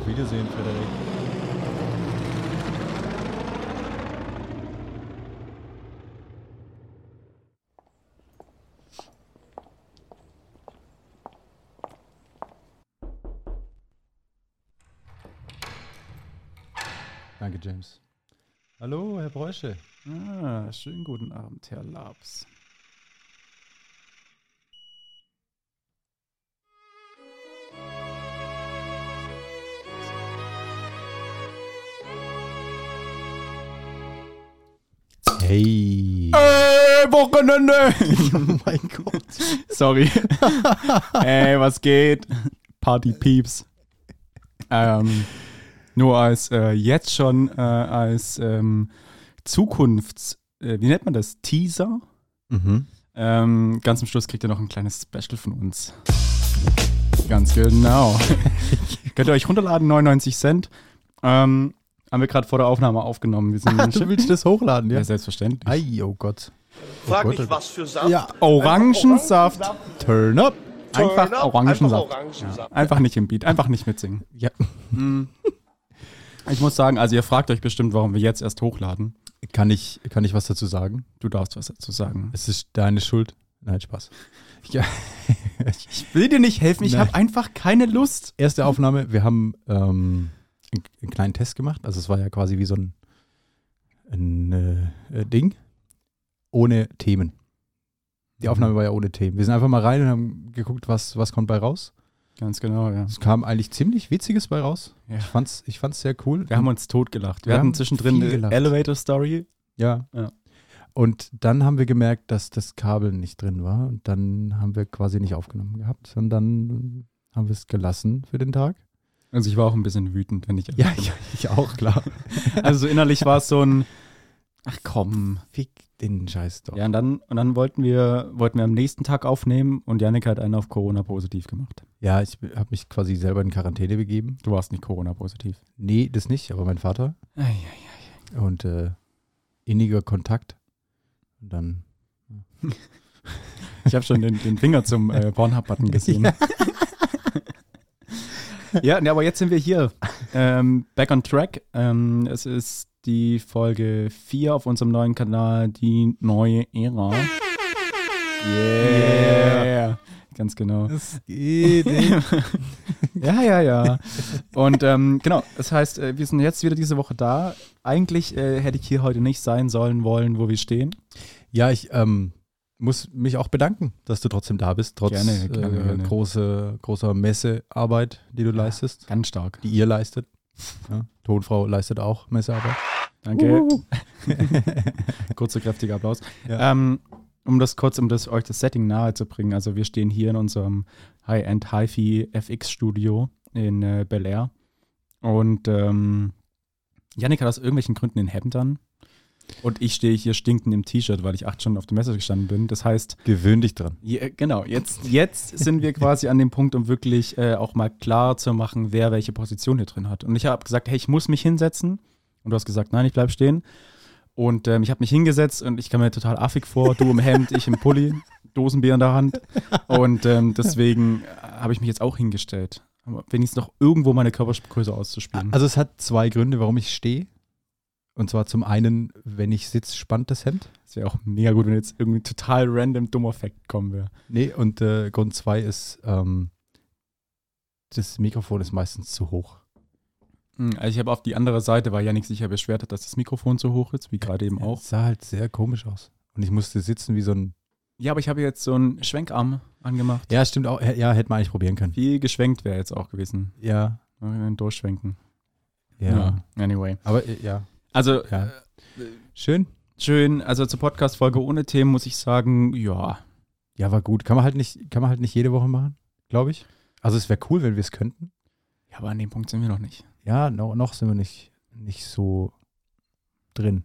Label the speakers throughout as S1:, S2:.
S1: Auf Wiedersehen, Frederik. Danke, James. Hallo, Herr Bräusche.
S2: Ah, schönen guten Abend, Herr Labs.
S1: Hey.
S2: Ey, Wochenende!
S1: Oh mein Gott.
S2: Sorry. Ey, was geht? Party Peeps. Ähm, nur als äh, jetzt schon äh, als ähm, Zukunfts, äh, wie nennt man das? Teaser.
S1: Mhm.
S2: Ähm, ganz am Schluss kriegt ihr noch ein kleines Special von uns. Ganz genau. Könnt ihr euch runterladen, 99 Cent. Ähm, haben wir gerade vor der Aufnahme aufgenommen. Wir sind
S1: Ah, du willst das hochladen, ja?
S2: ja, selbstverständlich.
S1: Ei, oh Gott.
S3: Frag
S1: Oh Gott,
S3: nicht,
S1: oh
S3: was für Saft.
S1: Ja,
S2: Orangensaft.
S1: turn up.
S2: Einfach
S3: Turn up,
S2: Orangensaft.
S3: ne? Einfach Orangensaft.
S2: Einfach nicht im Beat, einfach nicht mitsingen.
S1: Ja,
S2: Ich muss sagen, also ihr fragt euch bestimmt, warum wir jetzt erst hochladen.
S1: kann ich, kann ich was dazu sagen?
S2: Du darfst was dazu sagen.
S1: Es ist deine Schuld. Nein, Spaß. Ja,
S2: Ich will dir nicht helfen, ich
S1: Nein.
S2: habe einfach keine Lust.
S1: erste Aufnahme, wir haben ähm, einen, einen kleinen Test gemacht. Also es war ja quasi wie so ein, ein äh, äh, Ding ohne Themen. Die
S2: Mhm.
S1: Aufnahme war ja ohne Themen. Wir sind einfach mal rein und haben geguckt, was, was kommt bei raus.
S2: Ganz genau, ja.
S1: Es kam eigentlich ziemlich Witziges bei raus.
S2: Ja.
S1: Ich fand's, ich fand's sehr cool.
S2: Wir haben uns totgelacht. Hm. Wir,
S1: Wir
S2: hatten
S1: haben
S2: zwischendrin
S1: viel
S2: eine
S1: gelacht.
S2: Elevator-Story.
S1: Ja.
S2: Ja.
S1: Und dann haben wir gemerkt, dass das Kabel nicht drin war. Und dann haben wir quasi nicht aufgenommen gehabt. Und dann haben wir es gelassen für den Tag.
S2: Also ich war auch ein bisschen wütend, wenn ich ehrlich bin.
S1: ich auch, klar.
S2: Also so innerlich war es so ein Ach komm.
S1: Fick den Scheiß doch.
S2: Ja, und dann, und dann wollten wir, wollten wir am nächsten Tag aufnehmen und Janik hat einen auf Corona positiv gemacht.
S1: Ja, ich habe mich quasi selber in Quarantäne begeben.
S2: Du warst nicht Corona positiv.
S1: Nee, das nicht, aber mein Vater. Und äh, inniger Kontakt. Und dann.
S2: Ich habe schon den, den Finger zum äh, Pornhub-Button gesehen. Ja. ja, nee, aber jetzt sind wir hier. Ähm, back on track. Ähm, es ist die Folge 4 auf unserem neuen Kanal, die neue Ära. Yeah. Ganz genau.
S1: Das geht nicht.
S2: Ja, ja, ja. Und ähm, genau, das heißt, äh, wir sind jetzt wieder diese Woche da. Eigentlich äh, hätte ich hier heute nicht sein sollen wollen, wo wir stehen.
S1: Ja, ich ähm, muss mich auch bedanken, dass du trotzdem da bist, trotz
S2: Gerne, gerne,
S1: äh,
S2: gerne.
S1: Große, großer Messearbeit, die du leistest,
S2: Ganz stark.
S1: die ihr leistet. Ja, Tonfrau leistet auch Messearbeit.
S2: Danke. Kurzer kräftiger Applaus.
S1: Ja.
S2: Ähm, um das kurz, um das, euch das Setting nahe zu bringen. Also wir stehen hier in unserem High-End HiFi FX Studio in äh, Bel Air. Und ähm, Yannick hat aus irgendwelchen Gründen den Hemd an. Und ich stehe hier stinkend im T-Shirt, weil ich acht Stunden auf der Messe gestanden bin. Das heißt,
S1: Gewöhn dich dran.
S2: je, genau, jetzt, jetzt sind wir quasi an dem Punkt, um wirklich äh, auch mal klar zu machen, wer welche Position hier drin hat. Und ich habe gesagt, hey, ich muss mich hinsetzen. Und du hast gesagt, nein, ich bleib stehen. Und ähm, ich habe mich hingesetzt und ich kam mir total affig vor. Du im Hemd, ich im Pulli, Dosenbier in der Hand. Und ähm, deswegen äh, habe ich mich jetzt auch hingestellt. Aber Wenigstens noch irgendwo meine Körpergröße auszuspielen.
S1: Also es hat zwei Gründe, warum ich stehe. Und zwar zum einen, wenn ich sitze, spannt das Hemd.
S2: Das wäre auch mega gut, wenn jetzt irgendwie ein total random dummer Fact kommen wäre.
S1: Nee, und äh, Grund zwei ist, ähm, das Mikrofon ist meistens zu hoch.
S2: Hm, Also ich habe auf die andere Seite, weil Janik sich ja beschwert hat, dass das Mikrofon zu hoch ist, wie gerade eben auch.
S1: Das sah halt sehr komisch aus. Und ich musste sitzen wie so ein.
S2: Ja, aber ich habe jetzt so einen Schwenkarm angemacht.
S1: Ja, stimmt auch. Ja, hätte man eigentlich probieren können.
S2: Viel geschwenkt wäre jetzt auch gewesen.
S1: Ja,
S2: Dann Durchschwenken.
S1: ja.
S2: Anyway.
S1: Aber äh, ja,
S2: Also
S1: ja. Schön.
S2: schön, also zur Podcast-Folge ohne Themen muss ich sagen, ja.
S1: Ja, war gut. Kann man halt nicht, kann man halt nicht jede Woche machen, glaube ich. Also es wäre cool, wenn wir es könnten.
S2: Ja, aber an dem Punkt sind wir noch nicht.
S1: Ja, no, noch sind wir nicht, nicht so drin.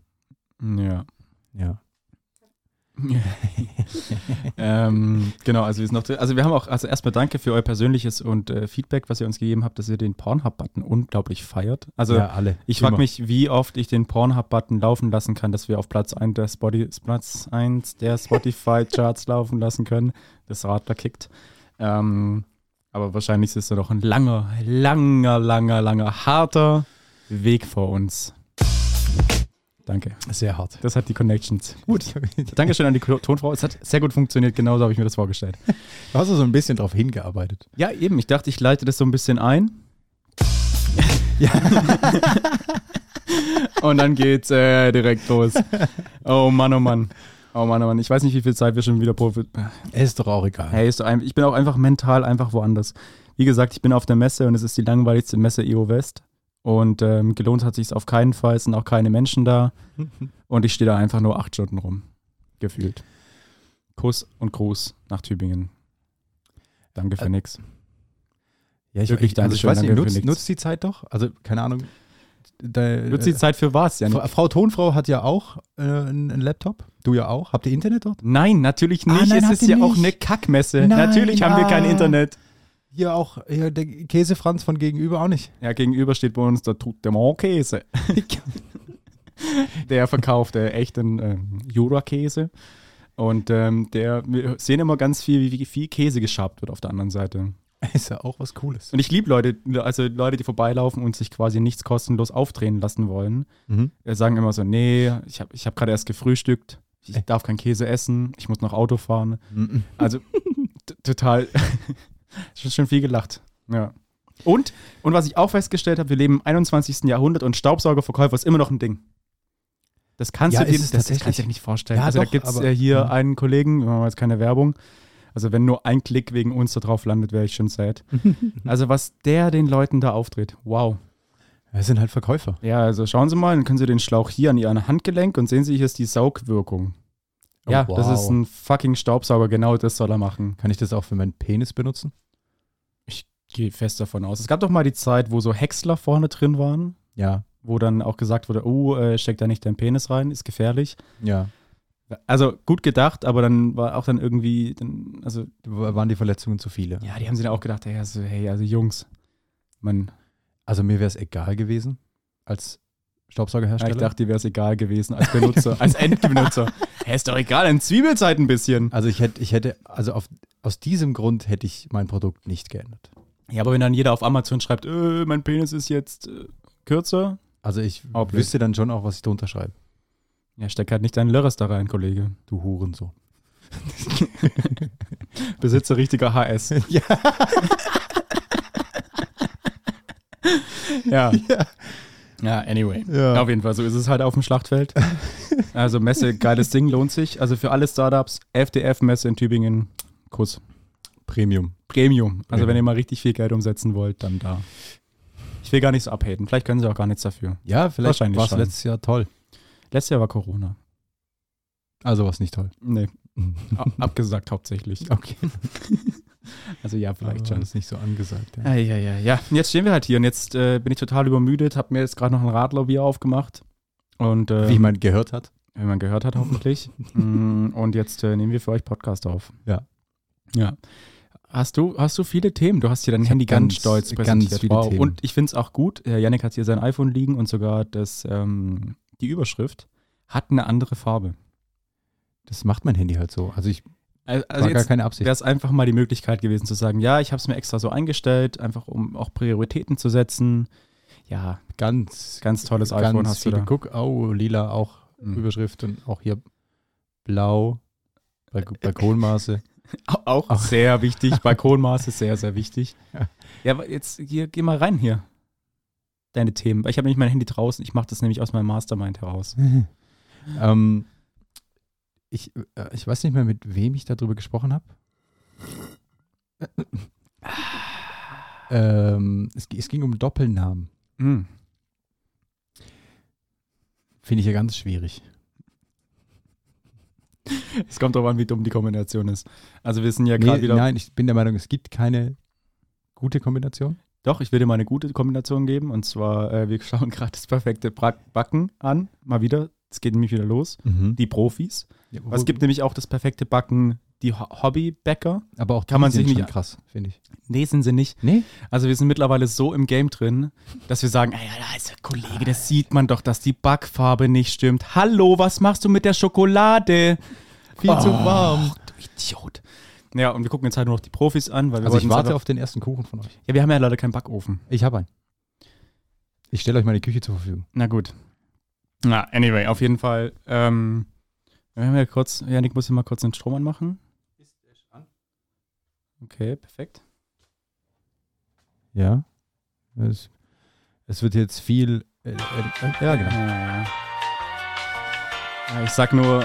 S2: Ja.
S1: Ja.
S2: ähm, genau, also wir sind noch drin. Also wir haben auch, also erstmal danke für euer persönliches und äh, Feedback, was ihr uns gegeben habt, dass ihr den Pornhub-Button unglaublich feiert. Also
S1: ja, alle.
S2: Ich frage
S1: Immer.
S2: mich, wie oft ich den Pornhub-Button laufen lassen kann, dass wir auf Platz 1 der, Spoti- Platz 1 der Spotify-Charts laufen lassen können. Das Radler kickt. Ähm, Aber wahrscheinlich ist da noch ein langer, langer, langer, langer, harter Weg vor uns. Danke.
S1: Sehr hart.
S2: Das hat die Connections.
S1: Gut.
S2: Dankeschön an die Klo- Tonfrau. Es hat sehr gut funktioniert. Genauso habe ich mir das vorgestellt.
S1: Da hast du so ein bisschen drauf hingearbeitet.
S2: Ja, eben. Ich dachte, ich leite das so ein bisschen ein. Und dann geht's äh, direkt los. Oh Mann, oh Mann. Oh Mann, oh Mann. Ich weiß nicht, wie viel Zeit wir schon wieder profit.
S1: Ist doch auch egal.
S2: Hey, ist doch ein, ich bin auch einfach mental einfach woanders. Wie gesagt, ich bin auf der Messe und es ist die langweiligste Messe EO West. Und ähm, gelohnt hat sich auf keinen Fall, es sind auch keine Menschen da. Und ich stehe da einfach nur acht Stunden rum. Gefühlt. Kuss und Gruß nach Tübingen. Danke für
S1: Ä-
S2: nix.
S1: Ja, ich,
S2: Wirklich,
S1: ich, also ich
S2: Dankeschön,
S1: weiß nicht,
S2: danke für
S1: nutzt,
S2: nichts.
S1: nutzt die Zeit doch? Also, keine Ahnung. Da,
S2: Nutzt die Zeit für was,
S1: äh,
S2: Janik?
S1: Fra- Frau Tonfrau hat ja auch äh, einen einen Laptop. Du ja auch. Habt ihr Internet dort?
S2: Nein, natürlich
S1: Ah,
S2: nicht.
S1: nein,
S2: es
S1: habt
S2: ist
S1: ihr
S2: ja
S1: nicht.
S2: auch eine Kackmesse.
S1: Nein,
S2: natürlich haben wir kein
S1: ah.
S2: Internet.
S1: Hier auch. Ja, der Käsefranz von gegenüber auch nicht.
S2: Ja, gegenüber steht bei uns der Trou de Mont Käse. der verkauft äh, echten ähm, Jura-Käse. Und ähm, der, wir sehen immer ganz viel, wie, wie viel Käse geschabt wird auf der anderen Seite.
S1: Ist ja auch was Cooles.
S2: Und ich liebe Leute, also Leute, die vorbeilaufen und sich quasi nichts kostenlos aufdrehen lassen wollen.
S1: Mhm.
S2: äh, sagen immer so, nee, ich habe ich hab gerade erst gefrühstückt, ich
S1: Äh.
S2: darf keinen Käse essen, ich muss noch Auto fahren.
S1: Mhm.
S2: Also t- total, schon, schon viel gelacht. Ja. Und, und was ich auch festgestellt habe, wir leben im 21. Jahrhundert und Staubsaugerverkäufer ist immer noch ein Ding. Das kannst
S1: Ja,
S2: du dir
S1: ist es
S2: das kannst du
S1: tatsächlich.
S2: dir nicht vorstellen.
S1: Ja,
S2: also da
S1: doch,
S2: gibt es
S1: aber-
S2: ja hier
S1: ja.
S2: einen Kollegen, wir machen jetzt keine Werbung. Also wenn nur ein Klick wegen uns da drauf landet, wäre ich schon sad. also was der den Leuten da auftritt, wow.
S1: Das sind halt Verkäufer.
S2: Ja, also schauen Sie mal, dann können Sie den Schlauch hier an Ihren Handgelenk und sehen Sie, hier ist die Saugwirkung.
S1: Oh,
S2: ja,
S1: wow.
S2: das ist ein fucking Staubsauger, genau das soll er machen.
S1: Kann ich das auch für meinen Penis benutzen?
S2: Gehe fest davon aus. Es gab doch mal die Zeit, wo so Häcksler vorne drin waren,
S1: Ja.
S2: wo dann auch gesagt wurde, oh, äh, steck da nicht deinen Penis rein, ist gefährlich.
S1: Ja.
S2: Also gut gedacht, aber dann war auch dann irgendwie, dann, also
S1: Waren die Verletzungen zu viele?
S2: ja, die haben sich dann auch gedacht, hey, also, hey, also Jungs, man,
S1: Also mir wäre es egal gewesen, als Staubsaugerhersteller.
S2: ich dachte, dir wäre es egal gewesen als Benutzer, als Endbenutzer. hey, ist doch egal, dann zwiebelt halt ein bisschen.
S1: also ich hätte, ich hätte, also auf, aus diesem Grund hätte ich mein Produkt nicht geändert.
S2: Ja, aber wenn dann jeder auf Amazon schreibt, äh, mein Penis ist jetzt äh, kürzer,
S1: Also ich
S2: Oh, blöd.
S1: wüsste dann schon auch, was ich drunter schreibe.
S2: ja, steck halt nicht deinen Lörres da rein, Kollege.
S1: Du Hurensohn.
S2: Besitzer richtiger HS.
S1: Ja.
S2: ja. Ja, anyway.
S1: Ja.
S2: Auf jeden Fall, so ist es halt auf dem Schlachtfeld. Also Messe, geiles Ding, lohnt sich. Also für alle Startups, FDF-Messe in Tübingen, Kuss.
S1: Premium.
S2: Premium. Also
S1: Premium.
S2: wenn ihr mal richtig viel Geld umsetzen wollt, dann da. Ich will gar nicht so abhaten. Vielleicht können sie auch gar nichts dafür.
S1: Ja, vielleicht
S2: Wahrscheinlich
S1: war es
S2: schon.
S1: letztes Jahr toll.
S2: Letztes Jahr war Corona.
S1: Also war es nicht toll.
S2: Nee, a- abgesagt hauptsächlich.
S1: Okay.
S2: Also ja, vielleicht schon.
S1: ist nicht so angesagt. Ja.
S2: Ja, ja, ja, ja. Und jetzt stehen wir halt hier und jetzt äh, bin ich total übermüdet, habe mir jetzt gerade noch ein Radlerbier aufgemacht. Und äh,
S1: Wie man gehört hat.
S2: wenn man gehört hat, hoffentlich. Mm, und jetzt äh, nehmen wir für euch Podcast auf.
S1: Ja.
S2: Ja. Hast du, hast du viele Themen? Du hast hier dein
S1: Ich hab
S2: Handy ganz,
S1: ganz-
S2: stolz
S1: ganz
S2: präsentiert.
S1: viele Themen.
S2: Und ich finde es auch gut. Äh, Yannick hat hier sein iPhone liegen und sogar das, ähm, die Überschrift hat eine andere Farbe.
S1: Das macht mein Handy halt so. Also ich
S2: Also,
S1: war gar keine Absicht.
S2: wäre es einfach mal die Möglichkeit gewesen zu sagen, ja, ich habe es mir extra so eingestellt, einfach um auch Prioritäten zu setzen. Ja,
S1: Ganz,
S2: Ganz tolles
S1: ganz
S2: iPhone hast du
S1: viele
S2: da.
S1: Guck, oh, lila auch
S2: Mhm.
S1: Überschrift und auch hier blau.
S2: Äh,
S1: Balk- Balkonmaße.
S2: Au- Auch sehr wichtig. Balkonmaß ist sehr, sehr wichtig.
S1: Ja.
S2: Ja, aber jetzt hier, geh mal rein hier. Deine Themen. Weil Ich habe nämlich mein Handy draußen. Ich mache das nämlich aus meinem Mastermind heraus.
S1: ähm, ich, äh, ich weiß nicht mehr, mit wem ich darüber gesprochen habe. ähm, es, g- es ging um Doppelnamen.
S2: Mm.
S1: Finde ich ja ganz schwierig.
S2: Es kommt darauf an, wie dumm die Kombination ist. Also wir sind ja gerade
S1: Nee,
S2: wieder.
S1: nein, ich bin der Meinung, es gibt keine gute Kombination.
S2: Doch, ich will dir mal eine gute Kombination geben. Und zwar, äh, wir schauen gerade das perfekte Bra- Backen an. Mal wieder. Es geht nämlich wieder los. Die Profis.
S1: Ja,
S2: Aber es
S1: wo-
S2: Mhm. gibt nämlich auch das perfekte Backen, die Ho- Hobbybäcker.
S1: aber auch
S2: kann man
S1: die sind
S2: sich
S1: schon
S2: nicht-
S1: krass, finde ich.
S2: Nee, sind sie nicht.
S1: Nee?
S2: Also wir sind mittlerweile so im Game drin, dass wir sagen, ey, also Kollege, das sieht man doch, dass die Backfarbe nicht stimmt.
S1: Oh.
S2: Hallo, was machst du mit der Schokolade?
S1: Viel zu warm.
S2: Du Idiot. Ja, und wir gucken jetzt halt nur noch die Profis an, weil wir
S1: Also ich
S2: wollten uns
S1: warte
S2: einfach-
S1: auf den ersten Kuchen von euch.
S2: Ja, wir haben ja leider keinen Backofen.
S1: Ich habe einen. Ich stelle euch meine Küche zur Verfügung.
S2: Na gut. Na, anyway, auf jeden Fall. Ähm, wir haben ja kurz, Janik muss hier mal kurz den Strom anmachen. Okay, perfekt.
S1: Ja. Es, es wird jetzt viel. Äh, äh, äh, ja, genau.
S2: Ja. Ja, Ich sag nur.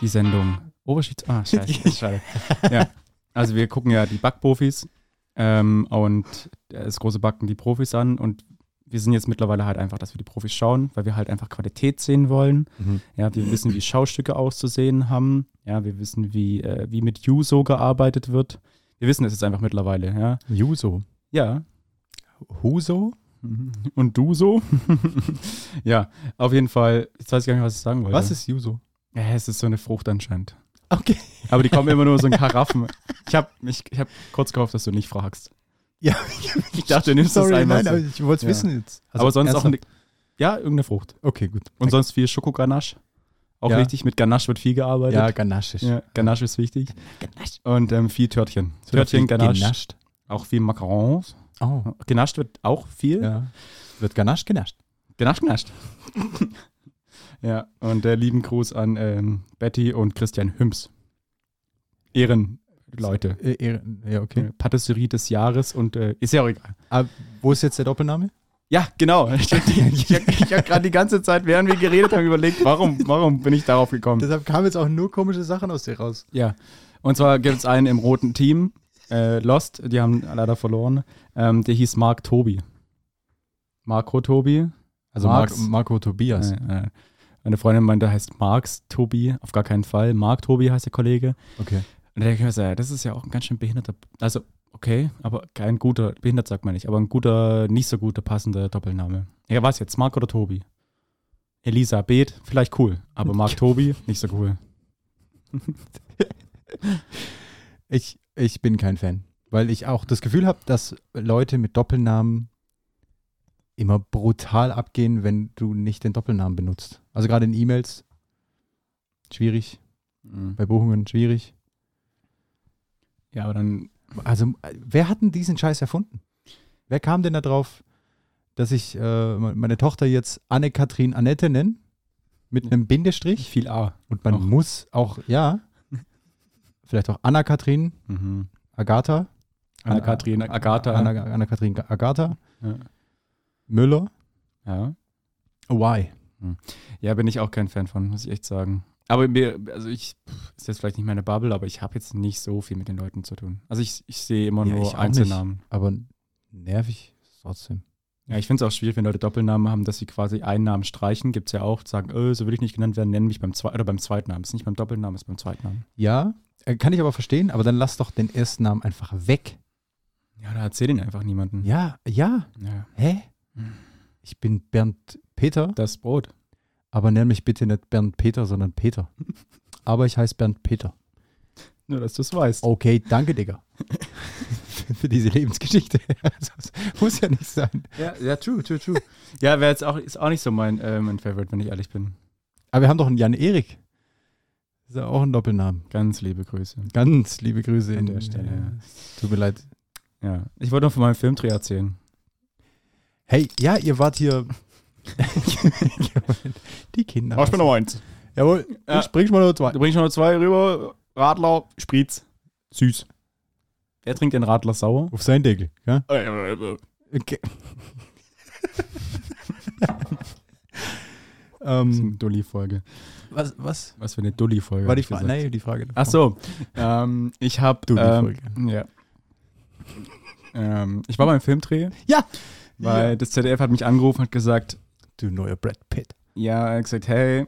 S2: Die Sendung. Oberschicht. Ah, scheiße. schade. Ja. Also wir gucken ja die Backprofis ähm, und das große Backen die Profis an und wir sind jetzt mittlerweile halt einfach, dass wir die Profis schauen, weil wir halt einfach Qualität sehen wollen.
S1: Mhm.
S2: Ja, wir wissen, wie Schaustücke auszusehen haben. Ja, wir wissen, wie, äh, wie mit Juso gearbeitet wird. Wir wissen es jetzt einfach mittlerweile, ja.
S1: Juso.
S2: Ja.
S1: Huso?
S2: Und du so? ja, auf jeden Fall. Jetzt weiß ich gar nicht, was ich sagen wollte.
S1: Was ist Juso?
S2: Ja, es ist so eine Frucht anscheinend.
S1: Okay.
S2: Aber die kommen immer nur so in Karaffen. Ich habe ich, ich hab kurz gehofft, dass du nicht fragst.
S1: Ja,
S2: ich dachte, du nimmst
S1: Sorry,
S2: das ein.
S1: nein,
S2: was-
S1: aber ich wollte es
S2: Ja.
S1: wissen jetzt. Also
S2: aber sonst auch.
S1: ernsthaft?
S2: Eine, ja, irgendeine Frucht.
S1: Okay, gut.
S2: Und sonst viel Schokoganache. Auch
S1: Ja.
S2: wichtig. Mit Ganache wird viel gearbeitet.
S1: ja, ganaschisch.
S2: Ja, Ganache ist wichtig. Und ähm, viel Törtchen.
S1: Es wird auch viel
S2: Törtchen, Ganache.
S1: Genascht.
S2: Auch viel Macarons.
S1: Oh,
S2: Genascht wird auch viel.
S1: ja. Wird ganascht, genascht.
S2: Genascht, genascht. ja, und der lieben Gruß an ähm, Betty und Christian Hüms. Ehrenleute.
S1: Äh, Ehre- ja, okay.
S2: Äh, Patisserie des Jahres und äh, ist ja auch egal.
S1: Aber wo ist jetzt der Doppelname?
S2: Ja, genau. Ich habe hab gerade die ganze Zeit, während wir geredet haben, überlegt, warum, warum bin ich darauf gekommen?
S1: Deshalb kamen jetzt auch nur komische Sachen aus dir raus.
S2: Ja. Und zwar gibt es einen im roten Team, äh, Lost, die haben leider verloren. Ähm, der hieß Mark Tobi. Marco Tobi.
S1: Also
S2: Marx.
S1: Marc- Marco Tobias.
S2: Äh, äh, meine Freundin meinte, der heißt Marx Tobi, auf gar keinen Fall. Mark Tobi heißt der Kollege.
S1: Okay.
S2: Und da denke ich mir so, ja, das ist ja auch ein ganz schön behinderter, also okay, aber kein guter, behindert sagt man nicht, aber ein guter, nicht so guter, passender Doppelname. Ja, was jetzt, Mark oder Tobi? Elisabeth, vielleicht cool, aber Mark Tobi, nicht so cool.
S1: Ich, ich bin kein Fan, weil ich auch das Gefühl habe, dass Leute mit Doppelnamen immer brutal abgehen, wenn du nicht den Doppelnamen benutzt. Also gerade in E-Mails schwierig, bei Buchungen schwierig.
S2: Ja, aber dann
S1: Also äh, wer hat denn diesen Scheiß erfunden? Wer kam denn da drauf, dass ich äh, me- meine Tochter jetzt Anne-Kathrin Annette nenne? Mit einem Bindestrich?
S2: viel A.
S1: Und man
S2: Auch.
S1: muss auch, ja, vielleicht auch Anna-Kathrin
S2: Mhm.
S1: Agatha.
S2: Anna-Kathrin, Agatha.
S1: Anna- Anna-Kathrin Agatha.
S2: Ja.
S1: Müller.
S2: Ja.
S1: Why?
S2: ja, bin ich auch kein Fan von, muss ich echt sagen. Aber mir, also ich, ist jetzt vielleicht nicht meine Bubble, aber ich habe jetzt nicht so viel mit den Leuten zu tun. Also ich, ich sehe immer
S1: Ja, ich
S2: nur
S1: auch
S2: Einzelnamen.
S1: Aber nervig ist trotzdem.
S2: Ja, ich finde es auch schwierig, wenn Leute Doppelnamen haben, dass sie quasi einen Namen streichen. Gibt es ja auch, sagen, äh, so will ich nicht genannt werden, nennen mich beim zweiten oder beim Zweitnamen. Ist nicht beim Doppelnamen, ist beim Zweitnamen.
S1: Ja, äh, kann ich aber verstehen, aber dann lass doch den ersten Namen einfach weg.
S2: Ja, da erzähl den einfach niemanden.
S1: Ja, ja.
S2: Ja.
S1: Hä? Ich bin Bernd Peter,
S2: Das Brot.
S1: aber nenn mich bitte nicht Bernd Peter, sondern Peter. Aber ich heiße Bernd Peter.
S2: Nur, dass du es weißt.
S1: Okay, danke, Digga. Für diese Lebensgeschichte. Also, es muss ja nicht sein.
S2: Ja, ja, true, true, true. ja, wäre jetzt auch, ist auch nicht so mein, äh, mein Favorite, wenn ich ehrlich bin.
S1: Aber wir haben doch einen Jan-Erik. Ist ja auch ein Doppelnamen.
S2: Ganz liebe Grüße.
S1: Ganz liebe Grüße äh,
S2: An der Stelle, ja.
S1: Tut mir leid.
S2: Ja. Ich wollte noch von meinem Filmdreh erzählen.
S1: Hey, ja, ihr wart hier. Die Kinder.
S2: noch eins.
S1: Jawohl,
S2: Ja.
S1: ich bring's mal nur zwei.
S2: Ah, Du bringst noch zwei rüber. Radler, Spritz. Süß. Wer trinkt den Radler sauer?
S1: Auf seinen Deckel. Ja?
S2: Ah, Ja,
S1: Okay. ähm,
S2: Dulli-Folge.
S1: was, was?
S2: Was für eine Dulli-Folge.
S1: War
S2: hab
S1: die
S2: ich
S1: Frage?
S2: gesagt.
S1: Nein, die Frage. davor.
S2: Ach so, ähm, ich habe.
S1: Du, die
S2: Ähm,
S1: Folge.
S2: ja. ähm, ich war beim Filmdreh.
S1: Ja.
S2: Weil
S1: Ja.
S2: das ZDF hat mich angerufen und hat gesagt,
S1: Du neuer Brad Pitt.
S2: ja, er hat gesagt, hey,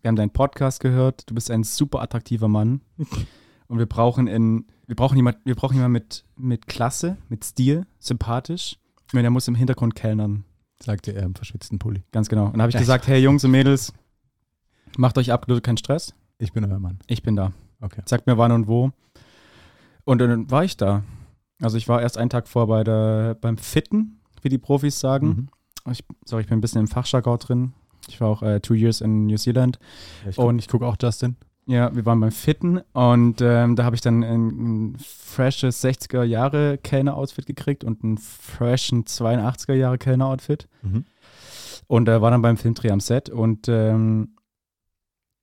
S2: wir haben deinen Podcast gehört, du bist ein super attraktiver Mann und wir brauchen in, wir brauchen jemand, wir brauchen jemanden mit mit Klasse, mit Stil, sympathisch. Ich meine, der muss im Hintergrund kellnern.
S1: Sagte er im verschwitzten Pulli.
S2: Ganz genau. Und da habe ich
S1: Ja, ich-
S2: gesagt, hey Jungs und Mädels, macht euch ab, keinen Stress.
S1: Ich bin euer Mann.
S2: Ich bin da.
S1: Okay.
S2: Sagt mir wann und wo. Und dann
S1: Mhm.
S2: war ich da. Also ich war erst einen Tag vor bei der, beim Fitten, wie die Profis sagen. ich, sorry, ich bin ein bisschen im Fachjargon drin. Ich war auch äh, two years in New Zealand.
S1: Ich
S2: guck-
S1: und ich gucke auch Justin.
S2: Ja, wir waren beim Fitten und ähm, da habe ich dann ein, ein freshes 60er Jahre Kellner-Outfit gekriegt und einen freshen 82er Jahre Kellner-Outfit.
S1: Mhm.
S2: Und äh, war dann beim Filmdreh am Set und ähm,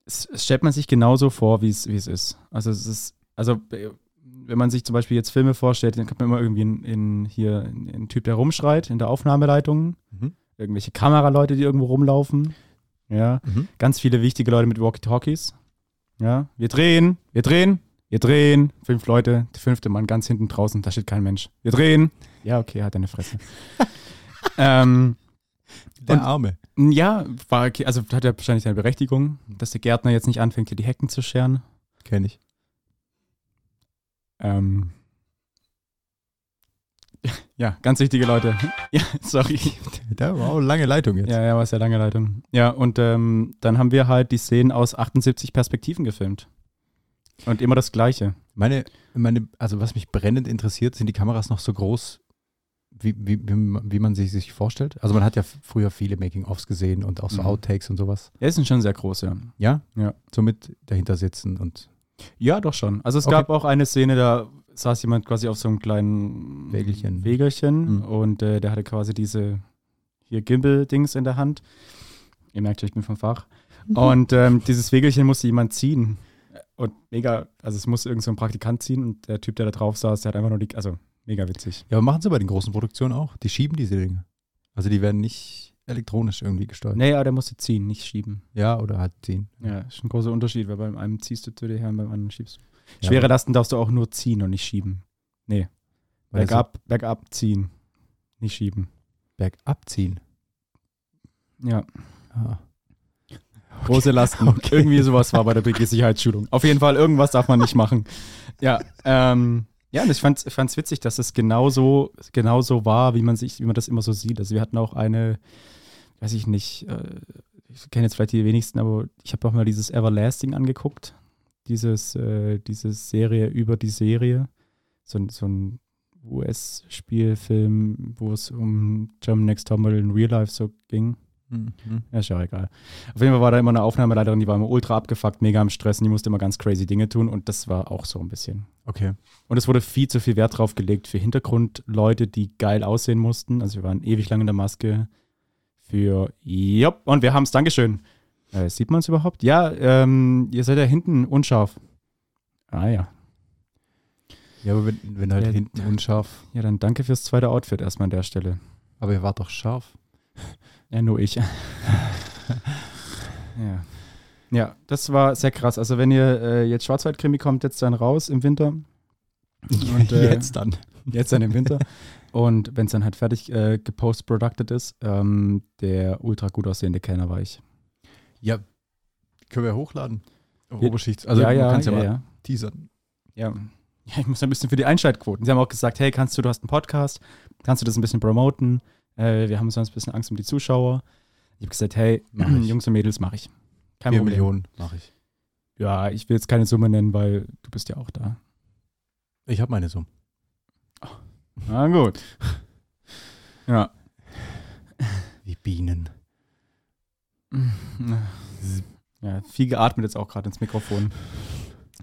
S2: es, es stellt man sich genauso vor, wie es, wie es ist. Also es ist, also äh, wenn man sich zum Beispiel jetzt Filme vorstellt, dann kommt man immer irgendwie in, in hier in- in einen Typ, der rumschreit in der Aufnahmeleitung,
S1: Mhm.
S2: irgendwelche Kameraleute, die irgendwo rumlaufen. Ja,
S1: Mhm.
S2: ganz viele wichtige Leute mit Walkie-Talkies. Ja, wir drehen, wir drehen, wir drehen. Fünf Leute, der fünfte Mann ganz hinten draußen, da steht kein Mensch. Wir drehen. Ja, okay, hat eine Fresse. ähm,
S1: Der
S2: Und-
S1: Arme.
S2: ja, war okay. Also hat ja wahrscheinlich seine Berechtigung, dass der Gärtner jetzt nicht anfängt, hier die Hecken zu scheren.
S1: Kenne ich.
S2: Ähm. Ja, ganz wichtige Leute. Ja, sorry.
S1: Da war auch eine lange Leitung jetzt.
S2: Ja, ja, war sehr lange Leitung. Ja, und ähm, dann haben wir halt die Szenen aus 78 Perspektiven gefilmt. Und immer das Gleiche.
S1: Meine, meine, also was mich brennend interessiert, sind die Kameras noch so groß, wie, wie, wie, man- wie man sie sich vorstellt? Also man hat ja f- früher viele Making-ofs gesehen und auch so
S2: Mhm.
S1: Outtakes und sowas.
S2: Ja, es sind schon sehr große.
S1: Ja?
S2: Ja.
S1: Somit dahinter sitzen und
S2: Ja, doch schon. Also es
S1: Okay.
S2: gab auch eine Szene, da saß jemand quasi auf so einem kleinen
S1: Wägelchen.
S2: Wägelchen
S1: Mhm.
S2: und äh, der hatte quasi diese hier Gimbal-Dings in der Hand. Ihr merkt schon, ich bin vom Fach.
S1: Mhm.
S2: Und ähm, dieses Wägelchen musste jemand ziehen. Und mega, also es musste irgend so ein Praktikant ziehen und der Typ, der da drauf saß, der hat einfach nur die, also mega witzig.
S1: Ja, aber machen sie bei den großen Produktionen auch. Die schieben diese Dinge. Also die werden nicht elektronisch irgendwie gesteuert.
S2: Naja, der musste ziehen, nicht schieben.
S1: Ja, oder halt ziehen.
S2: Ja, ist ein großer Unterschied, weil beim einen ziehst du zu dir her und beim anderen schiebst du.
S1: Ja,
S2: Schwere
S1: aber-
S2: Lasten darfst du auch nur ziehen und nicht schieben.
S1: Weil das
S2: Bergab, bergab ziehen, nicht schieben.
S1: so bergab ziehen.
S2: Ja.
S1: Ah.
S2: Große Lasten. Irgendwie sowas war bei der BG-Sicherheitsschulung. Auf jeden Fall, irgendwas darf man nicht machen. Ja, ähm, ja und ich fand es witzig, dass es genauso, genauso war, wie man, sich, wie man das immer so sieht. Also wir hatten auch eine, weiß ich nicht, äh, ich kenne jetzt vielleicht die wenigsten, aber ich habe auch mal dieses Everlasting angeguckt. Dieses, äh, diese Serie über die Serie. So, ein- so ein US-Spielfilm, wo es um German Next Topmodel in Real Life so ging.
S1: Mhm.
S2: Ja, ist ja auch egal. Auf jeden Fall war da immer eine Aufnahmeleiterin, die war immer ultra abgefuckt, mega am Stress und die musste immer ganz crazy Dinge tun und das war auch so ein bisschen.
S1: Okay.
S2: Und es wurde viel zu viel Wert drauf gelegt für Hintergrundleute, die geil aussehen mussten. Also wir waren ewig lang in der Maske für, jupp, und wir haben's, Dankeschön. Äh, sieht man es überhaupt? Ja, ähm, ihr seid ja hinten unscharf. Ah ja.
S1: Ja, aber wenn, wenn halt
S2: Ja.
S1: hinten unscharf,
S2: Ja, dann danke fürs zweite Outfit erstmal an der Stelle.
S1: aber ihr wart doch scharf.
S2: Ja, nur ich. ja. ja, das war sehr krass. Also wenn ihr äh, jetzt Schwarzwaldkrimi kommt, jetzt dann raus im Winter. Und, äh,
S1: jetzt dann.
S2: Jetzt dann im Winter. Und wenn es dann halt fertig äh, gepost-producted ist, ähm, der ultra gut aussehende Kellner war ich.
S1: Ja, können wir hochladen. Auf
S2: Ja,
S1: Oberschichts. Also
S2: ja, ja,
S1: man kann's
S2: ja,
S1: ja, mal
S2: ja.
S1: teasern.
S2: ja. Ja, ich muss ein bisschen für die Einschaltquoten. Sie haben auch gesagt, hey, kannst du, du hast einen Podcast, kannst du das ein bisschen promoten? Äh, wir haben sonst ein bisschen Angst um die Zuschauer. Ich habe gesagt, hey,
S1: Mach ich.
S2: Jungs und Mädels, mache ich. Kein
S1: Vier
S2: Problem.
S1: Millionen mache ich.
S2: Ja, ich will jetzt keine Summe nennen, weil du bist ja auch da.
S1: Ich habe meine Summe.
S2: Na gut. Ja.
S1: Wie Bienen.
S2: Ja, viel geatmet jetzt auch gerade ins Mikrofon.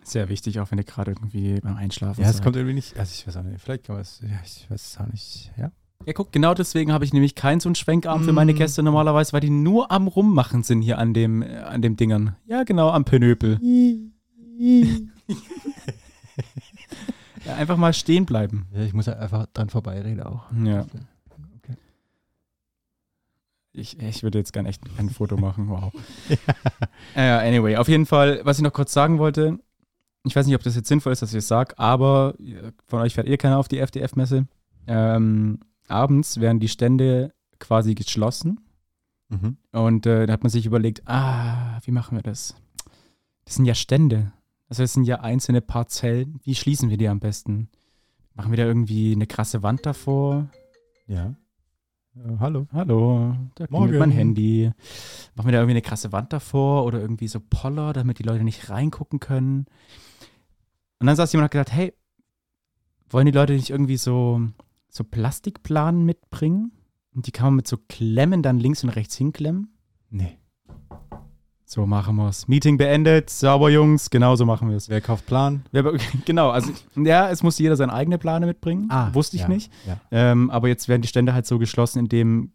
S2: Sehr wichtig, auch wenn ihr gerade irgendwie beim Einschlafen
S1: Ja, es
S2: seid.
S1: kommt irgendwie nicht. Also ich weiß auch nicht. Vielleicht kann man es. Ja, ich weiß es auch nicht. Ja.
S2: ja, guck, genau deswegen habe ich nämlich keinen so einen Schwenkarm für meine
S1: Mm.
S2: Gäste normalerweise, weil die nur am Rummachen sind hier an dem, äh, an dem Dingern. Ja, genau, am Penöpel. Ja, einfach mal stehen bleiben.
S1: Ja, ich muss halt einfach dran vorbeireden auch.
S2: Ja. Ich, ich würde jetzt gern echt ein Foto machen, wow. ja. Äh, anyway, auf jeden Fall, was ich noch kurz sagen wollte, ich weiß nicht, ob das jetzt sinnvoll ist, dass ich es sage, aber äh, von euch fährt eh keiner auf die FDF-Messe. Ähm, abends werden die Stände quasi geschlossen
S1: Mhm.
S2: und äh, da hat man sich überlegt, ah, wie machen wir das? Das sind ja Stände. Also das sind ja einzelne Parzellen. Wie schließen wir die am besten? Machen wir da irgendwie eine krasse Wand davor?
S1: Ja. Äh, hallo.
S2: Hallo, da klingelt
S1: Morgen.
S2: mein Handy. Machen wir da irgendwie eine krasse Wand davor oder irgendwie so Poller, damit die Leute nicht reingucken können. Und dann saß jemand und hat gedacht, hey, wollen die Leute nicht irgendwie so, so Plastikplanen mitbringen? Und die kann man mit so Klemmen dann links und rechts hinklemmen.
S1: Nee.
S2: So machen wir's. Meeting beendet. Sauber, Jungs. Genau so machen wir's.
S1: Wer kauft Plan?
S2: Ja, aber- genau, also ja, es musste jeder seine eigene Plane mitbringen. Wusste ich
S1: Ah, ja,
S2: nicht.
S1: Ja.
S2: Ähm, aber jetzt werden die Stände halt so geschlossen, indem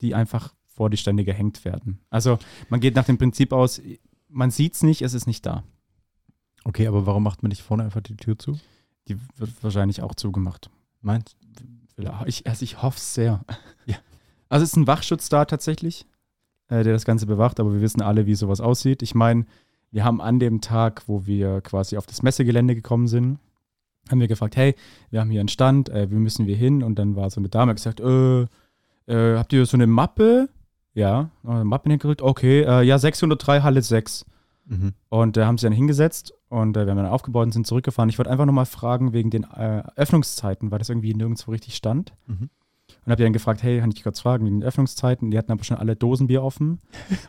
S2: die einfach vor die Stände gehängt werden. Also man geht nach dem Prinzip aus, man sieht's nicht, es ist nicht da.
S1: Okay, aber warum macht man nicht vorne einfach die Tür zu?
S2: Die wird wahrscheinlich auch zugemacht.
S1: Meinst
S2: Ja, Ich, also ich hoffe es sehr.
S1: Ja.
S2: Also es ist ein Wachschutz da tatsächlich, äh, der das Ganze bewacht, aber wir wissen alle, wie sowas aussieht. Ich meine, wir haben an dem Tag, wo wir quasi auf das Messegelände gekommen sind, haben wir gefragt, hey, wir haben hier einen Stand, äh, wie müssen wir hin? Und dann war so eine Dame, hat gesagt, äh, äh, habt ihr so eine Mappe? Ja, haben wir eine Mappe hingekriegt, okay, äh, ja, 603 Halle 6.
S1: Mhm.
S2: Und da haben sie dann hingesetzt und äh, wir haben dann aufgebaut und sind zurückgefahren. Ich wollte einfach nochmal fragen wegen den äh, Öffnungszeiten, weil das irgendwie nirgendwo richtig stand.
S1: Mhm.
S2: Und habe die dann gefragt, hey, kann ich kurz fragen wegen den Öffnungszeiten? Die hatten aber schon alle Dosenbier offen.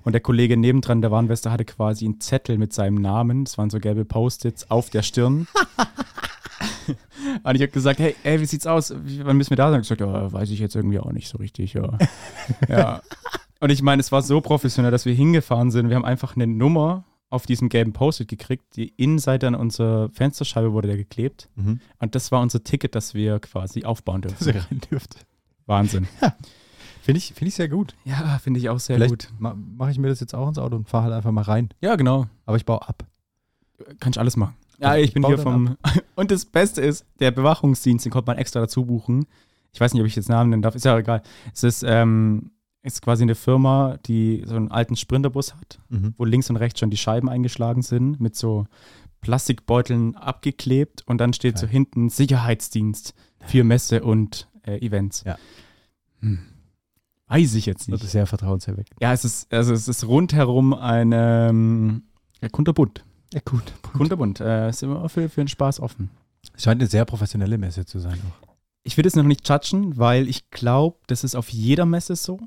S2: Und der Kollege nebendran, der Warnwester, hatte quasi einen Zettel mit seinem Namen. Das waren so gelbe Post-its auf der Stirn. und ich habe gesagt, hey, ey, wie sieht's aus? Wie- Wann müssen wir da sein? Ich gesagt, ja, weiß ich jetzt irgendwie auch nicht so richtig. Ja. ja. Und ich meine, es war so professionell, dass wir hingefahren sind. Wir haben einfach eine Nummer auf diesem gelben Post-it gekriegt. Die Innenseite an unsere Fensterscheibe wurde da geklebt.
S1: Mhm.
S2: Und das war unser Ticket, das wir quasi aufbauen dürfen.
S1: Dass ihr rein dürft.
S2: Wahnsinn.
S1: Finde ich, find ich sehr gut.
S2: Ja, finde ich auch sehr gut.
S1: Vielleicht ma mache ich mir das jetzt auch ins Auto und fahre halt einfach mal rein.
S2: Ja, genau.
S1: Aber ich baue ab.
S2: Kann ich alles machen. Also, Ja, ich,
S1: Ich
S2: bin
S1: baue
S2: hier vom.
S1: dann
S2: Und das Beste ist, der Bewachungsdienst, den konnte man extra dazu buchen. Ich weiß nicht, ob ich jetzt Namen nennen darf, ist ja egal. Es ist, ähm, ist quasi eine Firma, die so einen alten Sprinterbus hat,
S1: Mhm.
S2: wo links und rechts schon die Scheiben eingeschlagen sind, mit so Plastikbeuteln abgeklebt und dann steht so
S1: Geil.
S2: hinten Sicherheitsdienst für Messe und äh, Events.
S1: Ja.
S2: Hm. Weiß ich jetzt nicht.
S1: Das ist sehr vertrauenserweckend.
S2: Ja, es ist, also es ist rundherum ein ähm, ja, kunterbunt.
S1: Ja, gut.
S2: Kunterbunt. Äh, ist immer für, für den Spaß offen.
S1: Es scheint eine sehr professionelle Messe zu sein. Auch.
S2: Ich will es noch nicht judgen, weil ich glaube, das ist auf jeder Messe so.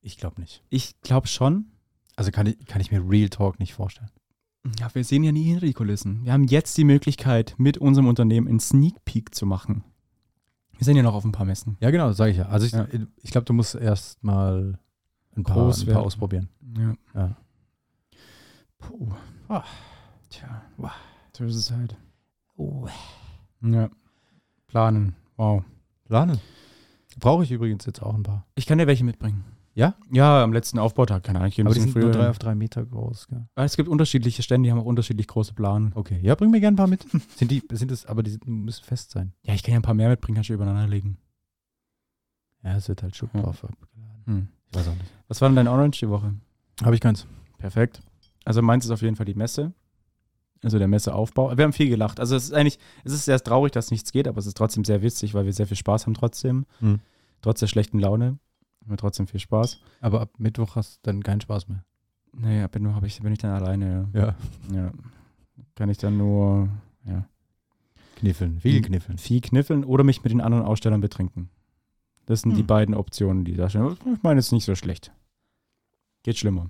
S1: Ich glaube nicht.
S2: Ich glaube schon.
S1: Also kann ich, kann ich mir Real Talk nicht vorstellen.
S2: Ja, wir sehen ja nie hinter die Kulissen. Wir haben jetzt die Möglichkeit, mit unserem Unternehmen einen Sneak Peek zu machen. Wir sind ja noch auf ein paar Messen.
S1: Ja, genau, sage ich ja. Also ich,
S2: Ja.
S1: ich glaube, du musst erst mal ein paar,
S2: Groß
S1: ein
S2: werden.
S1: paar ausprobieren.
S2: Ja.
S1: Ja.
S2: Puh.
S1: Ah.
S2: Tja.
S1: Wow.
S2: So ist es halt.
S1: Oh.
S2: Ja. Planen. Wow.
S1: Plane. Brauche ich übrigens jetzt auch ein paar.
S2: Ich kann dir welche mitbringen.
S1: Ja?
S2: Ja, am letzten Aufbautag, keine Ahnung. Ich gehe ein
S1: Aber die
S2: bisschen
S1: sind nur
S2: früher.
S1: drei auf drei Meter groß. Gell?
S2: Ah, Es gibt unterschiedliche Stände, die haben auch unterschiedlich große Planen.
S1: Okay, ja, bring mir gerne ein paar mit. sind die, sind das, aber die sind, müssen fest sein.
S2: Ja, ich kann ja ein paar mehr mitbringen, kannst du übereinander legen.
S1: Ja, es wird halt Schub
S2: Ja.
S1: drauf abgeladen. Ich weiß auch nicht.
S2: Hm. Was war denn dein Orange die Woche?
S1: Habe ich keins.
S2: Perfekt. Also meins ist auf jeden Fall die Messe. Also der Messeaufbau. Wir haben viel gelacht. Also es ist eigentlich, es ist sehr traurig, dass nichts geht, aber es ist trotzdem sehr witzig, weil wir sehr viel Spaß haben trotzdem.
S1: Mhm.
S2: Trotz der schlechten Laune haben wir trotzdem viel Spaß.
S1: Aber ab Mittwoch hast du dann keinen Spaß mehr.
S2: Naja, bin, nur, hab ich, bin ich dann alleine.
S1: Ja.
S2: Ja. ja. Kann ich dann nur
S1: Kniffeln, viel
S2: Mhm.
S1: kniffeln.
S2: viel kniffeln oder mich mit den anderen Ausstellern betrinken. Das sind die
S1: Hm.
S2: beiden Optionen, die da stehen. Ich meine, es ist nicht so schlecht. Geht schlimmer.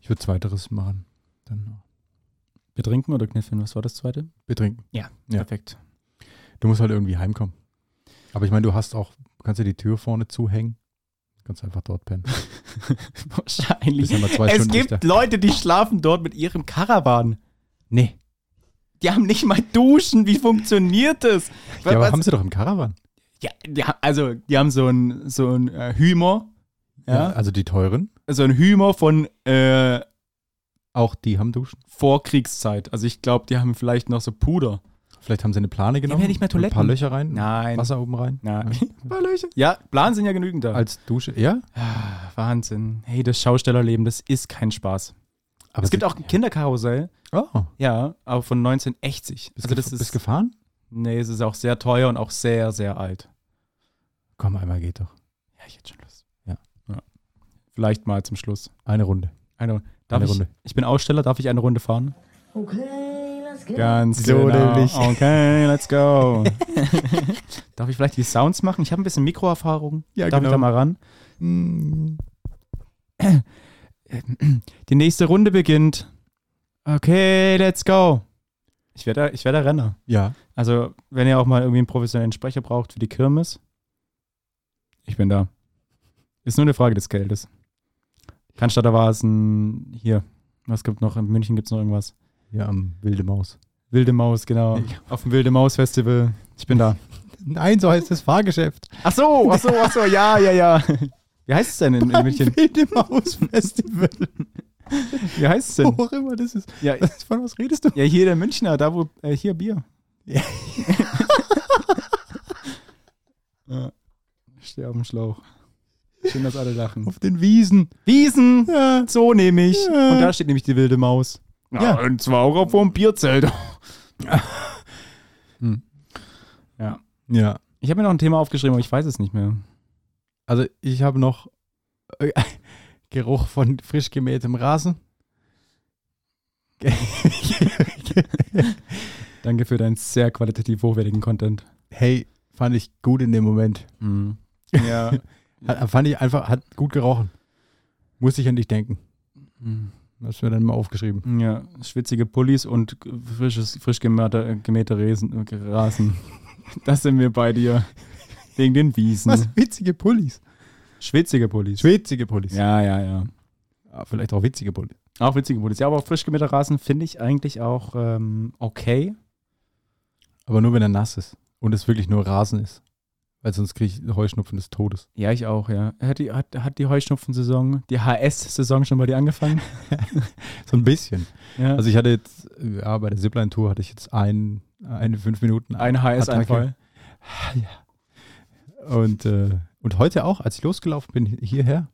S1: Ich würde zweiteres machen. Dann noch.
S2: Betrinken oder kniffeln, was war das zweite?
S1: Betrinken. Ja.
S2: perfekt.
S1: Du musst halt irgendwie heimkommen. Aber ich meine, du hast auch, du kannst dir die Tür vorne zuhängen. Kannst einfach dort pennen. Bist
S2: Wahrscheinlich.
S1: ja mal zwei
S2: Es
S1: Stunden
S2: gibt
S1: nicht da.
S2: Leute, die schlafen dort mit ihrem Karawan.
S1: Nee.
S2: Die haben nicht mal Duschen. Wie funktioniert das?
S1: Ja, aber
S2: Was-
S1: haben sie doch im Caravan.
S2: ja, die ha- also, die haben so ein, so ein äh, Hümer. Ja,
S1: also die teuren,
S2: So ein Hümer von äh,
S1: auch die haben Duschen.
S2: Vorkriegszeit. Also, ich glaube, die haben vielleicht noch so Puder.
S1: Vielleicht haben sie eine Plane genommen.
S2: ja nicht mehr
S1: Ein paar
S2: Toiletten.
S1: Löcher rein.
S2: Nein.
S1: Wasser oben rein.
S2: Nein.
S1: paar Löcher.
S2: Ja, Plan sind ja genügend da.
S1: Als Dusche. Ja?
S2: Ah, Wahnsinn. Hey, das Schaustellerleben, das ist kein Spaß.
S1: Aber
S2: Es gibt auch ein Kinderkarussell,
S1: Oh,
S2: ja, aber von 1980.
S1: bist,
S2: also
S1: gef
S2: das
S1: bist
S2: ist,
S1: gefahren?
S2: nee, es ist auch sehr teuer und auch sehr, sehr alt.
S1: Komm, einmal geht doch.
S2: Ja, ich hätte schon Lust.
S1: Ja.
S2: ja. Vielleicht mal zum Schluss.
S1: Eine Runde.
S2: Eine, darf
S1: Eine
S2: ich,
S1: Runde.
S2: ich bin Aussteller, darf ich eine Runde fahren?
S3: Okay, let's go.
S2: Ganz
S1: So
S2: genau.
S1: nämlich.
S2: Okay, let's go. darf ich vielleicht die Sounds machen? Ich habe ein bisschen Mikroerfahrung.
S1: Ja, genau.
S2: darf ich da mal ran? Hm. Die nächste Runde beginnt. Okay, let's go. Ich werde ich werde Renner.
S1: Ja.
S2: Also, wenn ihr auch mal irgendwie einen professionellen Sprecher braucht für die Kirmes, Ich bin da. Ist nur eine Frage des Geldes. Cannstatter Vasen, hier. Was gibt noch? In München gibt es noch irgendwas.
S1: Hier am Wilde Maus.
S2: Wilde Maus, genau. Auf dem Wilde Maus Festival. Ich bin da.
S1: Nein, so heißt das Fahrgeschäft.
S2: Ach so, ach so, ach so, ja, ja, ja. Wie heißt es denn in, in München?
S1: Wilde Maus Festival.
S2: Wie heißt es
S1: Wo
S2: denn?
S1: auch immer das ist.
S2: Ja,
S1: Was- Von was redest du?
S2: ja, hier der Münchner, da wo, äh, hier Bier.
S1: Ja.
S2: ja. Ich stehe auf dem Schlauch. Schön, dass alle lachen.
S1: Auf den Wiesen.
S2: Wiesen!
S1: Ja.
S2: So nehme ich.
S1: Ja.
S2: Und da steht nämlich die wilde Maus.
S1: Ja.
S2: und zwar auch auf dem Bierzelt. hm. Ja.
S1: ja.
S2: Ich habe mir noch ein Thema aufgeschrieben, aber ich weiß es nicht mehr.
S1: Also ich habe noch äh, Geruch von frisch gemähtem Rasen.
S2: Danke für deinen sehr qualitativ hochwertigen Content.
S1: hey, fand ich gut in dem Moment.
S2: Mhm. Ja.
S1: Hat, fand ich einfach, hat gut gerochen. Muss ich an dich denken. Hast du mir dann mal aufgeschrieben.
S2: ja, schwitzige Pullis und frisches, frisch gemähte, äh, gemähte Resen, äh, Rasen. Das sind wir bei dir. Wegen den Wiesen.
S1: Witzige Pullis.
S2: Schwitzige Pullis.
S1: Witzige Mhm. Pullis.
S2: ja, ja, ja.
S1: Ja, vielleicht auch witzige Pullis.
S2: Auch witzige Pullis. Ja, aber frisch gemähter Rasen finde ich eigentlich auch ähm, okay.
S1: Aber nur wenn er nass ist. Und es wirklich nur Rasen ist. Weil sonst kriege ich einen Heuschnupfen des Todes.
S2: Ja, ich auch, ja. Hat die, hat, hat die Heuschnupfensaison, die HS-Saison schon bei dir angefangen?
S1: So ein bisschen.
S2: Ja.
S1: Also ich hatte jetzt, äh, ja, bei der Zipline-Tour hatte ich jetzt ein, eine fünf Minuten.
S2: ein HS-Einfall.
S1: Und, äh, und heute auch, als ich losgelaufen bin hierher,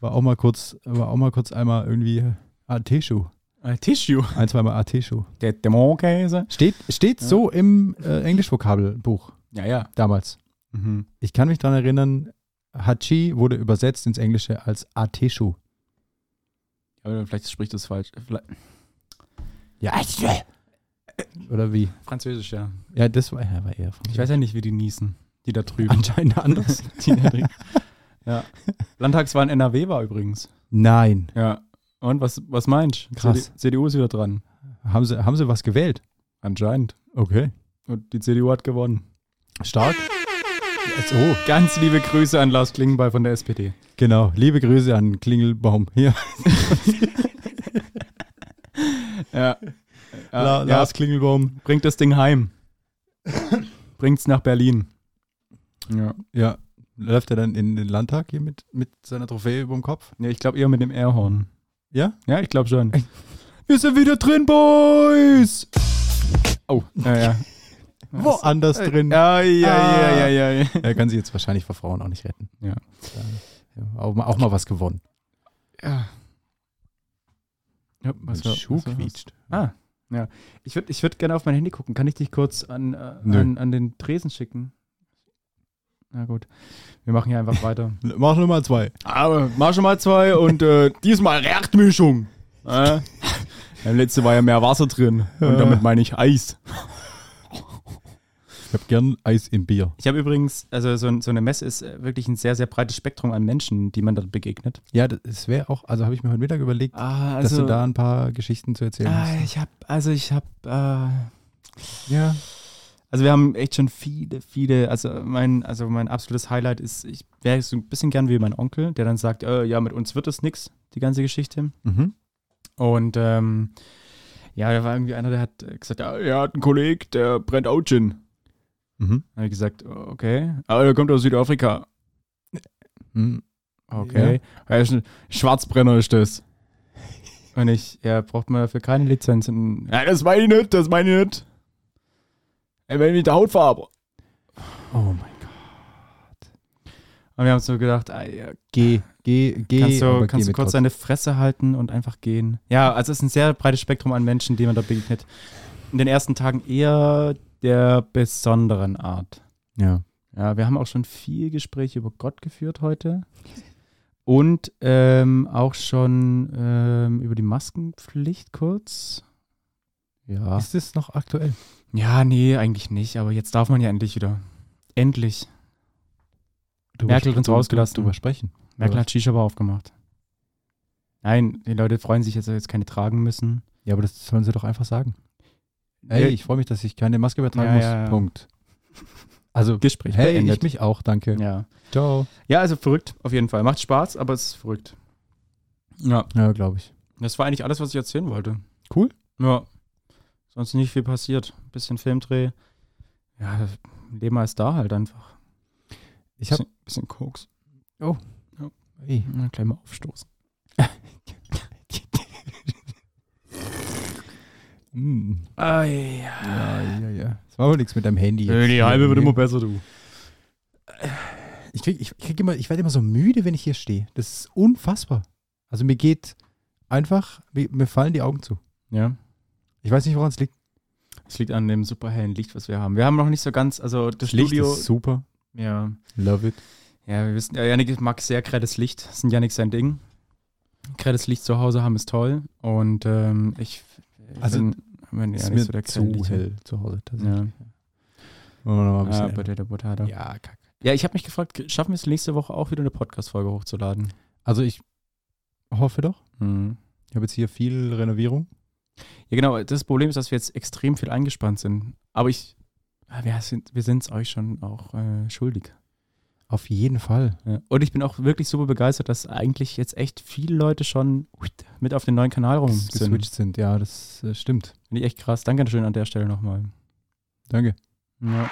S1: war auch mal kurz, war auch mal kurz einmal irgendwie AT-Schuh.
S2: Äh, Tissue.
S1: Ein, zweimal AT-Schuh.
S2: Der Dämonkäse.
S1: Steht, steht
S2: Ja.
S1: so im äh, Englischvokabelbuch
S2: Ja, ja.
S1: damals.
S2: Mhm.
S1: Ich kann mich daran erinnern, Hachi wurde übersetzt ins Englische als AT-Schuh.
S2: Aber vielleicht spricht das falsch. Vielleicht-
S1: Ja. Oder wie?
S2: Französisch, ja.
S1: Ja, das war, ja, war eher
S2: Ich weiß ja nicht, wie die niesen, die da drüben.
S1: anscheinend anders.
S2: die da drüben. ja. Landtagswahl in NRW war übrigens.
S1: Nein.
S2: Ja. Und was, was meinst du?
S1: Krass.
S2: CD CDU ist wieder dran.
S1: Haben sie, haben sie was gewählt?
S2: Anscheinend.
S1: Okay.
S2: Und die CDU hat gewonnen.
S1: Stark. Jetzt, oh,
S2: Ganz liebe Grüße an Lars Klingenball von der SPD.
S1: genau. Liebe Grüße an Klingelbaum. Hier,
S2: Ja.
S1: La-
S2: ja,
S1: Lars Klingelbaum.
S2: bringt das Ding heim. Bringt's nach Berlin. Ja.
S1: Ja. Läuft er dann in den Landtag hier mit, mit seiner Trophäe über dem Kopf?
S2: ja ich glaube eher mit dem Airhorn.
S1: Ja?
S2: Ja, ich glaube schon. Wir sind wieder drin, Boys! Oh, ja, ja.
S1: Woanders drin.
S2: Ja,
S1: Ah.
S2: ja, ja, ja, ja.
S1: Er kann sich jetzt wahrscheinlich vor Frauen auch nicht retten.
S2: Ja.
S1: Ja, auch, mal, auch mal was gewonnen.
S2: ja. ja
S1: Mein
S2: was war, was war, was? Ah, ja. Ich würde ich würd gerne auf mein Handy gucken. Kann ich dich kurz an, äh,
S1: Nö.
S2: an, an den Tresen schicken? Na gut. Wir machen hier einfach weiter.
S1: Mach nur mal zwei.
S2: Aber mach schon mal zwei und äh, diesmal Rechtmischung. Äh? Beim letzten war ja mehr Wasser drin.
S1: Und damit
S2: meine ich Eis.
S1: Ich hab gern Eis im Bier.
S2: Ich habe übrigens, also so, ein- so eine Messe ist äh, wirklich ein sehr, sehr breites Spektrum an Menschen, die man da begegnet.
S1: Ja, das wäre auch, also habe ich mir heute Mittag überlegt,
S2: Ah,
S1: dass du da ein paar Geschichten zu erzählen
S2: Ah,
S1: hast.
S2: ich habe, also ich habe, äh,
S1: Ja.
S2: also wir haben echt schon viele, viele, also mein, also mein absolutes Highlight ist, ich wäre so ein bisschen gern wie mein Onkel, der dann sagt, äh, ja, mit uns wird es nix, die ganze Geschichte.
S1: Mhm.
S2: Und ähm, ja, da war irgendwie einer, der hat äh, gesagt, ja, er hat einen Kollegen, der brennt auch Gin.
S1: Mhm.
S2: Da habe ich gesagt, okay, aber er kommt aus Südafrika.
S1: Mhm.
S2: Okay. Er ist ein Schwarzbrenner ist das. Und ich, ja, braucht man dafür keine Lizenz. Und, ja, das meine ich nicht, das meine ich nicht. Er will mit der Hautfarbe.
S1: Oh mein Gott.
S2: Und wir haben so gedacht, ah, ja,
S1: Geh, geh, geh.
S2: kannst
S1: aber
S2: du,
S1: geh
S2: kannst du
S1: mit
S2: kurz
S1: trotzdem.
S2: deine Fresse halten und einfach gehen. Ja, also es ist ein sehr breites Spektrum an Menschen, denen man da begegnet. In den ersten Tagen eher der besonderen Art.
S1: Ja.
S2: Ja, wir haben auch schon viel Gespräche über Gott geführt heute. Und ähm, auch schon ähm, über die Maskenpflicht kurz. Ja.
S1: Ist das noch aktuell?
S2: Ja, nee, eigentlich nicht. Aber jetzt darf man ja endlich wieder. Endlich. Merkel hat uns rausgelassen.
S1: Drüber sprechen.
S2: Merkel
S1: was?
S2: hat Shisha-Bar aufgemacht. Nein, die Leute freuen sich, dass sie jetzt keine tragen müssen.
S1: Ja, aber das sollen sie doch einfach sagen. Ey,
S2: Ja,
S1: ich freue mich, dass ich keine Maske mehr tragen
S2: Ja,
S1: muss.
S2: ja, ja.
S1: Punkt. Also,
S2: Gespräch
S1: hey,
S2: beendet.
S1: ich mich auch, danke.
S2: Ja.
S1: Ciao.
S2: ja, also verrückt auf jeden Fall. Macht Spaß, aber es ist verrückt. Ja,
S1: Ja, glaube ich.
S2: das war eigentlich alles, was ich erzählen wollte.
S1: Cool.
S2: Ja. Sonst nicht viel passiert. Bisschen Filmdreh. Ja, Lema ist da halt einfach.
S1: Ich habe
S2: bisschen, bisschen Koks. Oh.
S1: hey,
S2: Na, gleich mal aufstoßen.
S1: mm,
S2: Ah, ja.
S1: ja, ja, ja. Das war wohl nichts mit deinem Handy. jetzt.
S2: Die halbe wird immer besser, du.
S1: Ich, krieg, ich, krieg immer, ich werde immer so müde, wenn ich hier stehe. Das ist unfassbar. Also mir geht einfach, mir, mir fallen die Augen zu.
S2: Ja.
S1: Ich weiß nicht, woran es liegt.
S2: Es liegt an dem super hellen Licht, was wir haben. Wir haben noch nicht so ganz, also das,
S1: Licht
S2: Studio.
S1: ist super.
S2: ja.
S1: Love it.
S2: Ja, wir wissen, ja, Janik mag sehr grelles Licht. Das ist Janik sein Ding. Grelles Licht zu Hause haben ist toll. Und ähm, ich, ich
S1: Also,
S2: bin, bin ja
S1: ist
S2: nicht
S1: mir
S2: so der grelle
S1: zu
S2: Licht-
S1: hell zu Hause. tatsächlich.
S2: Ja,
S1: Wollen wir noch mal ein
S2: ah,
S1: bisschen-
S2: Potato, Potato. Ja.
S1: ja kack.
S2: ich habe mich gefragt, k- schaffen wir es nächste Woche auch wieder eine Podcast-Folge hochzuladen?
S1: Also ich hoffe doch.
S2: Mhm.
S1: Ich habe jetzt hier viel Renovierung.
S2: Ja, genau. Das Problem ist, dass wir jetzt extrem viel eingespannt sind. Aber ich, ah, wir sind wir sind's euch schon auch äh, schuldig.
S1: Auf jeden Fall.
S2: Ja. Und ich bin auch wirklich super begeistert, dass eigentlich jetzt echt viele Leute schon mit auf den neuen Kanal rum
S1: Ges-
S2: sind.
S1: Geswitcht sind. Ja, das äh, stimmt.
S2: Finde ich echt krass. Dankeschön an der Stelle nochmal.
S1: Danke.
S2: Ja.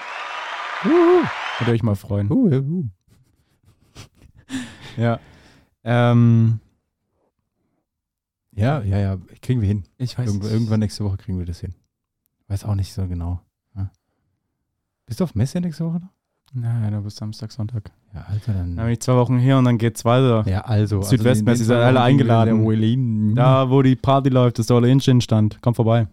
S2: Könnt ihr euch mal freuen.
S1: Uh, ja, uh.
S2: Ja. Ähm,
S1: Ja, ja, ja. Kriegen wir hin.
S2: ich weiß
S1: Irgendw-
S2: nicht.
S1: irgendwann nächste Woche kriegen wir das hin. Weiß auch nicht so genau. Ja. Bist du auf Messe nächste Woche noch?
S2: Nein, aber bis Samstag, Sonntag.
S1: Ja, Alter, dann.
S2: Dann bin ich zwei Wochen hier und dann geht's weiter.
S1: Ja, also.
S2: Südwestmesse, ihr seid alle eingeladen.
S1: Da.
S2: Da, wo die Party läuft, ist der All Engine stand. Kommt vorbei.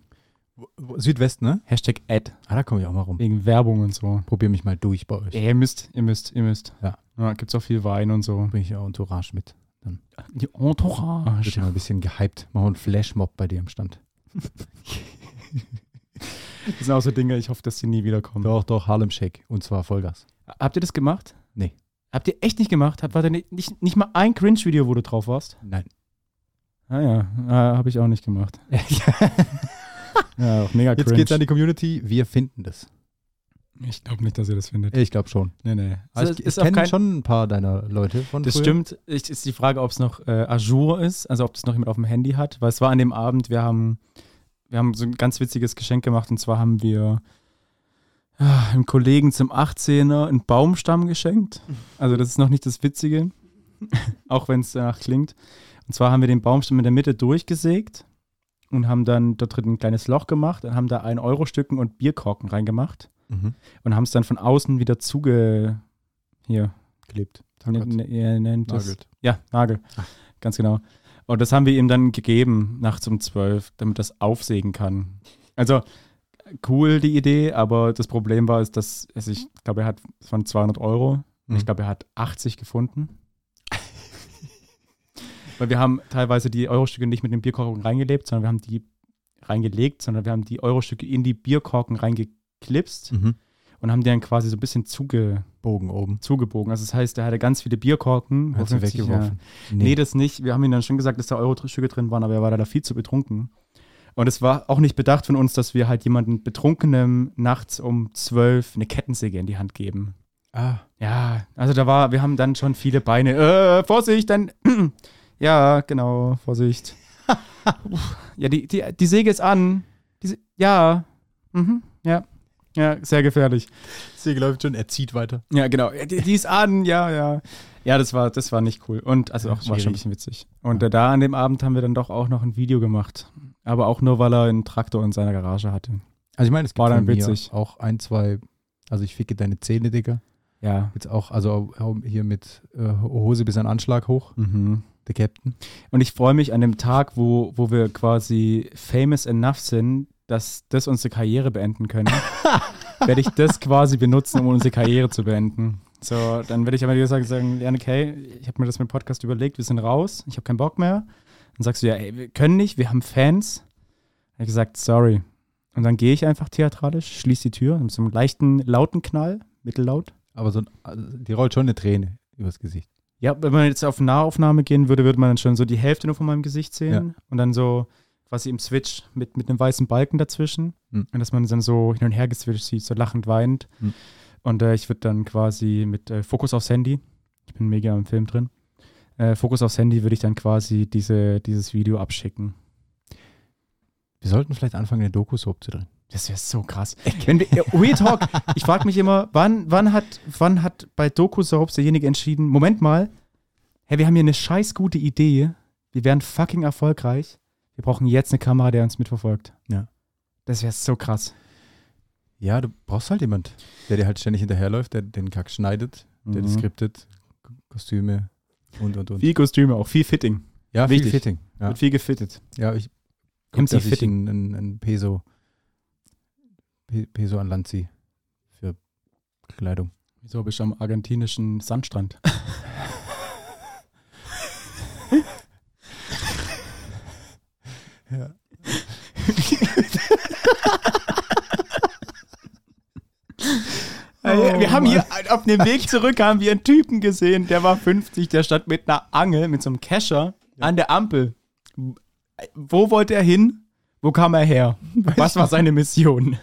S1: Südwest, ne?
S2: Hashtag Ad.
S1: Ah, da komme ich auch mal rum.
S2: Wegen Werbung und so.
S1: Probier mich mal durch bei euch.
S2: Ja, ihr müsst, ihr müsst, ihr müsst.
S1: Ja.
S2: ja gibt's auch viel Wein und so.
S1: Bring ich auch Entourage mit.
S2: Die
S1: Wird
S2: Entourage.
S1: ja mal ein bisschen gehypt. Machen wir einen Flashmob bei dir am Stand.
S2: Das sind auch so Dinge, ich hoffe, dass die nie wiederkommen.
S1: Doch, doch, Harlem Shake. Und zwar Vollgas.
S2: Habt ihr das gemacht?
S1: Nee.
S2: Habt ihr echt nicht gemacht? Habt, war da nicht, nicht, nicht mal ein Cringe-Video, wo du drauf warst?
S1: Nein.
S2: Ah ja, äh, habe ich auch nicht gemacht. Ja, auch mega
S1: Jetzt
S2: cringe.
S1: geht's an die Community. Wir finden das.
S2: ich glaube nicht, dass ihr das findet.
S1: Ich glaube schon.
S2: Nee, nee.
S1: Also,
S2: Also,
S1: ich
S2: es
S1: ich
S2: ist auch
S1: kenne
S2: kein,
S1: schon ein paar deiner Leute von
S2: das
S1: früher.
S2: stimmt. Ich, ist die Frage, ob es noch äh, Azure ist, also ob das noch jemand auf dem Handy hat. Weil es war an dem Abend, wir haben, wir haben so ein ganz witziges Geschenk gemacht. Und zwar haben wir ah, einem Kollegen zum 18er einen Baumstamm geschenkt. Also das ist noch nicht das Witzige, auch wenn es danach klingt. Und zwar haben wir den Baumstamm in der Mitte durchgesägt und haben dann dort drin ein kleines Loch gemacht und haben da 1-Euro-Stücken und Bierkorken reingemacht.
S1: Mhm.
S2: und haben es dann von außen wieder zuge hier
S1: Gelebt.
S2: ne,
S1: Gott.
S2: ne, ihr nennt das-
S1: Nagelt. Ah.
S2: ja Nagel ganz genau und das haben wir ihm dann gegeben nachts um 12, damit das aufsägen kann also cool die Idee aber das Problem war ist dass also ich glaube er hat es waren 200 Euro und
S1: Mhm.
S2: ich glaube er hat 80 gefunden weil wir haben teilweise die Eurostücke nicht mit den Bierkorken reingelebt sondern wir haben die reingelegt sondern wir haben die Eurostücke in die Bierkorken reingeklipst
S1: Mhm.
S2: und haben die dann quasi so ein bisschen zuge,
S1: Bogen oben.
S2: zugebogen. Also das heißt, er hatte ganz viele Bierkorken.
S1: Hat sie
S2: 50,
S1: weggeworfen.
S2: Ja. Nee. das nicht. Wir haben ihm dann schon gesagt, dass da Euro-Stücke drin waren, aber er war leider viel zu betrunken. Und es war auch nicht bedacht von uns, dass wir halt jemanden Betrunkenem nachts um zwölf eine Kettensäge in die Hand geben.
S1: Ah,
S2: Ja, also da war, wir haben dann schon viele Beine. Äh, Vorsicht, dann. ja, genau, Vorsicht. Uff, ja, die, die, die Säge ist an. Die, Se- ja. Mhm, ja. Ja, sehr gefährlich.
S1: Säge läuft schon, er zieht weiter.
S2: Ja, genau. Ja, Die, die ist an, ja, ja. Ja, das war, das war nicht cool. Und also
S1: Ja,
S2: auch war schon ein
S1: schwierig.
S2: bisschen witzig. Und äh, da an dem Abend haben wir dann doch auch noch ein Video gemacht. Aber auch nur, weil er einen Traktor in seiner Garage hatte.
S1: Also ich meine, es gibt
S2: War dann
S1: von mir
S2: witzig.
S1: auch ein, zwei, also ich ficke deine Zähne, Digga.
S2: Ja.
S1: Jetzt auch, also auch hier mit äh, Hose bis an Anschlag hoch,
S2: Mhm.
S1: der Captain.
S2: Und ich freue mich an dem Tag, wo, wo wir quasi famous enough sind, dass das unsere Karriere beenden können. werde ich das quasi benutzen, um unsere Karriere zu beenden. So, dann werde ich aber dir sagen, sagen Janik, hey, ich habe mir das mit dem Podcast überlegt, wir sind raus, ich habe keinen Bock mehr. Dann sagst du, ja, ey, wir können nicht, wir haben Fans. Dann hab ich gesagt, sorry. Und dann gehe ich einfach theatralisch, schließe die Tür mit so einem leichten, lauten Knall, mittellaut.
S1: Aber so, ein- also die rollt schon eine Träne übers Gesicht.
S2: Ja, wenn man jetzt auf Nahaufnahme gehen würde, würde man dann schon so die Hälfte nur von meinem Gesicht sehen und dann so quasi im Switch mit, mit einem weißen Balken dazwischen
S1: Hm.
S2: und dass man dann so hin und her geswitcht sieht, so lachend, weint.
S1: Hm.
S2: Und äh, ich würde dann quasi mit äh, Fokus aufs Handy, ich bin mega im Film drin, äh, Fokus aufs Handy würde ich dann quasi diese, dieses Video abschicken.
S1: Wir sollten vielleicht anfangen, eine Doku-Soap zu drehen.
S2: Das wäre so krass. Wenn wir, äh, Real Talk, ich frage mich immer, wann, wann, hat, wann hat bei Doku-Soaps derjenige entschieden, Moment mal, hey, wir haben hier eine scheiß gute Idee, wir wären fucking erfolgreich, wir brauchen jetzt eine Kamera, der uns mitverfolgt.
S1: Ja.
S2: Das wäre so krass.
S1: Ja, du brauchst halt jemand, der dir halt ständig hinterherläuft, der den Kack schneidet, der
S2: Mhm.
S1: die skriptet, K- Kostüme und und und.
S2: Viel Kostüme auch, viel Fitting.
S1: ja,
S2: wichtig.
S1: Fitting. Ja,
S2: Wird viel gefittet.
S1: ja ich guck,
S2: MC
S1: dass ich
S2: Fitting.
S1: einen, einen, einen Peso, Pe- Peso an Land ziehe für Kleidung.
S2: Wieso bist du am argentinischen Sandstrand?
S1: Ja.
S2: Ey, Also, wir haben hier auf dem Weg zurück haben wir einen Typen gesehen, der war 50, der stand mit einer Angel, mit so einem Kescher an der Ampel. Wo wollte er hin? Wo kam er her? Was war seine Mission?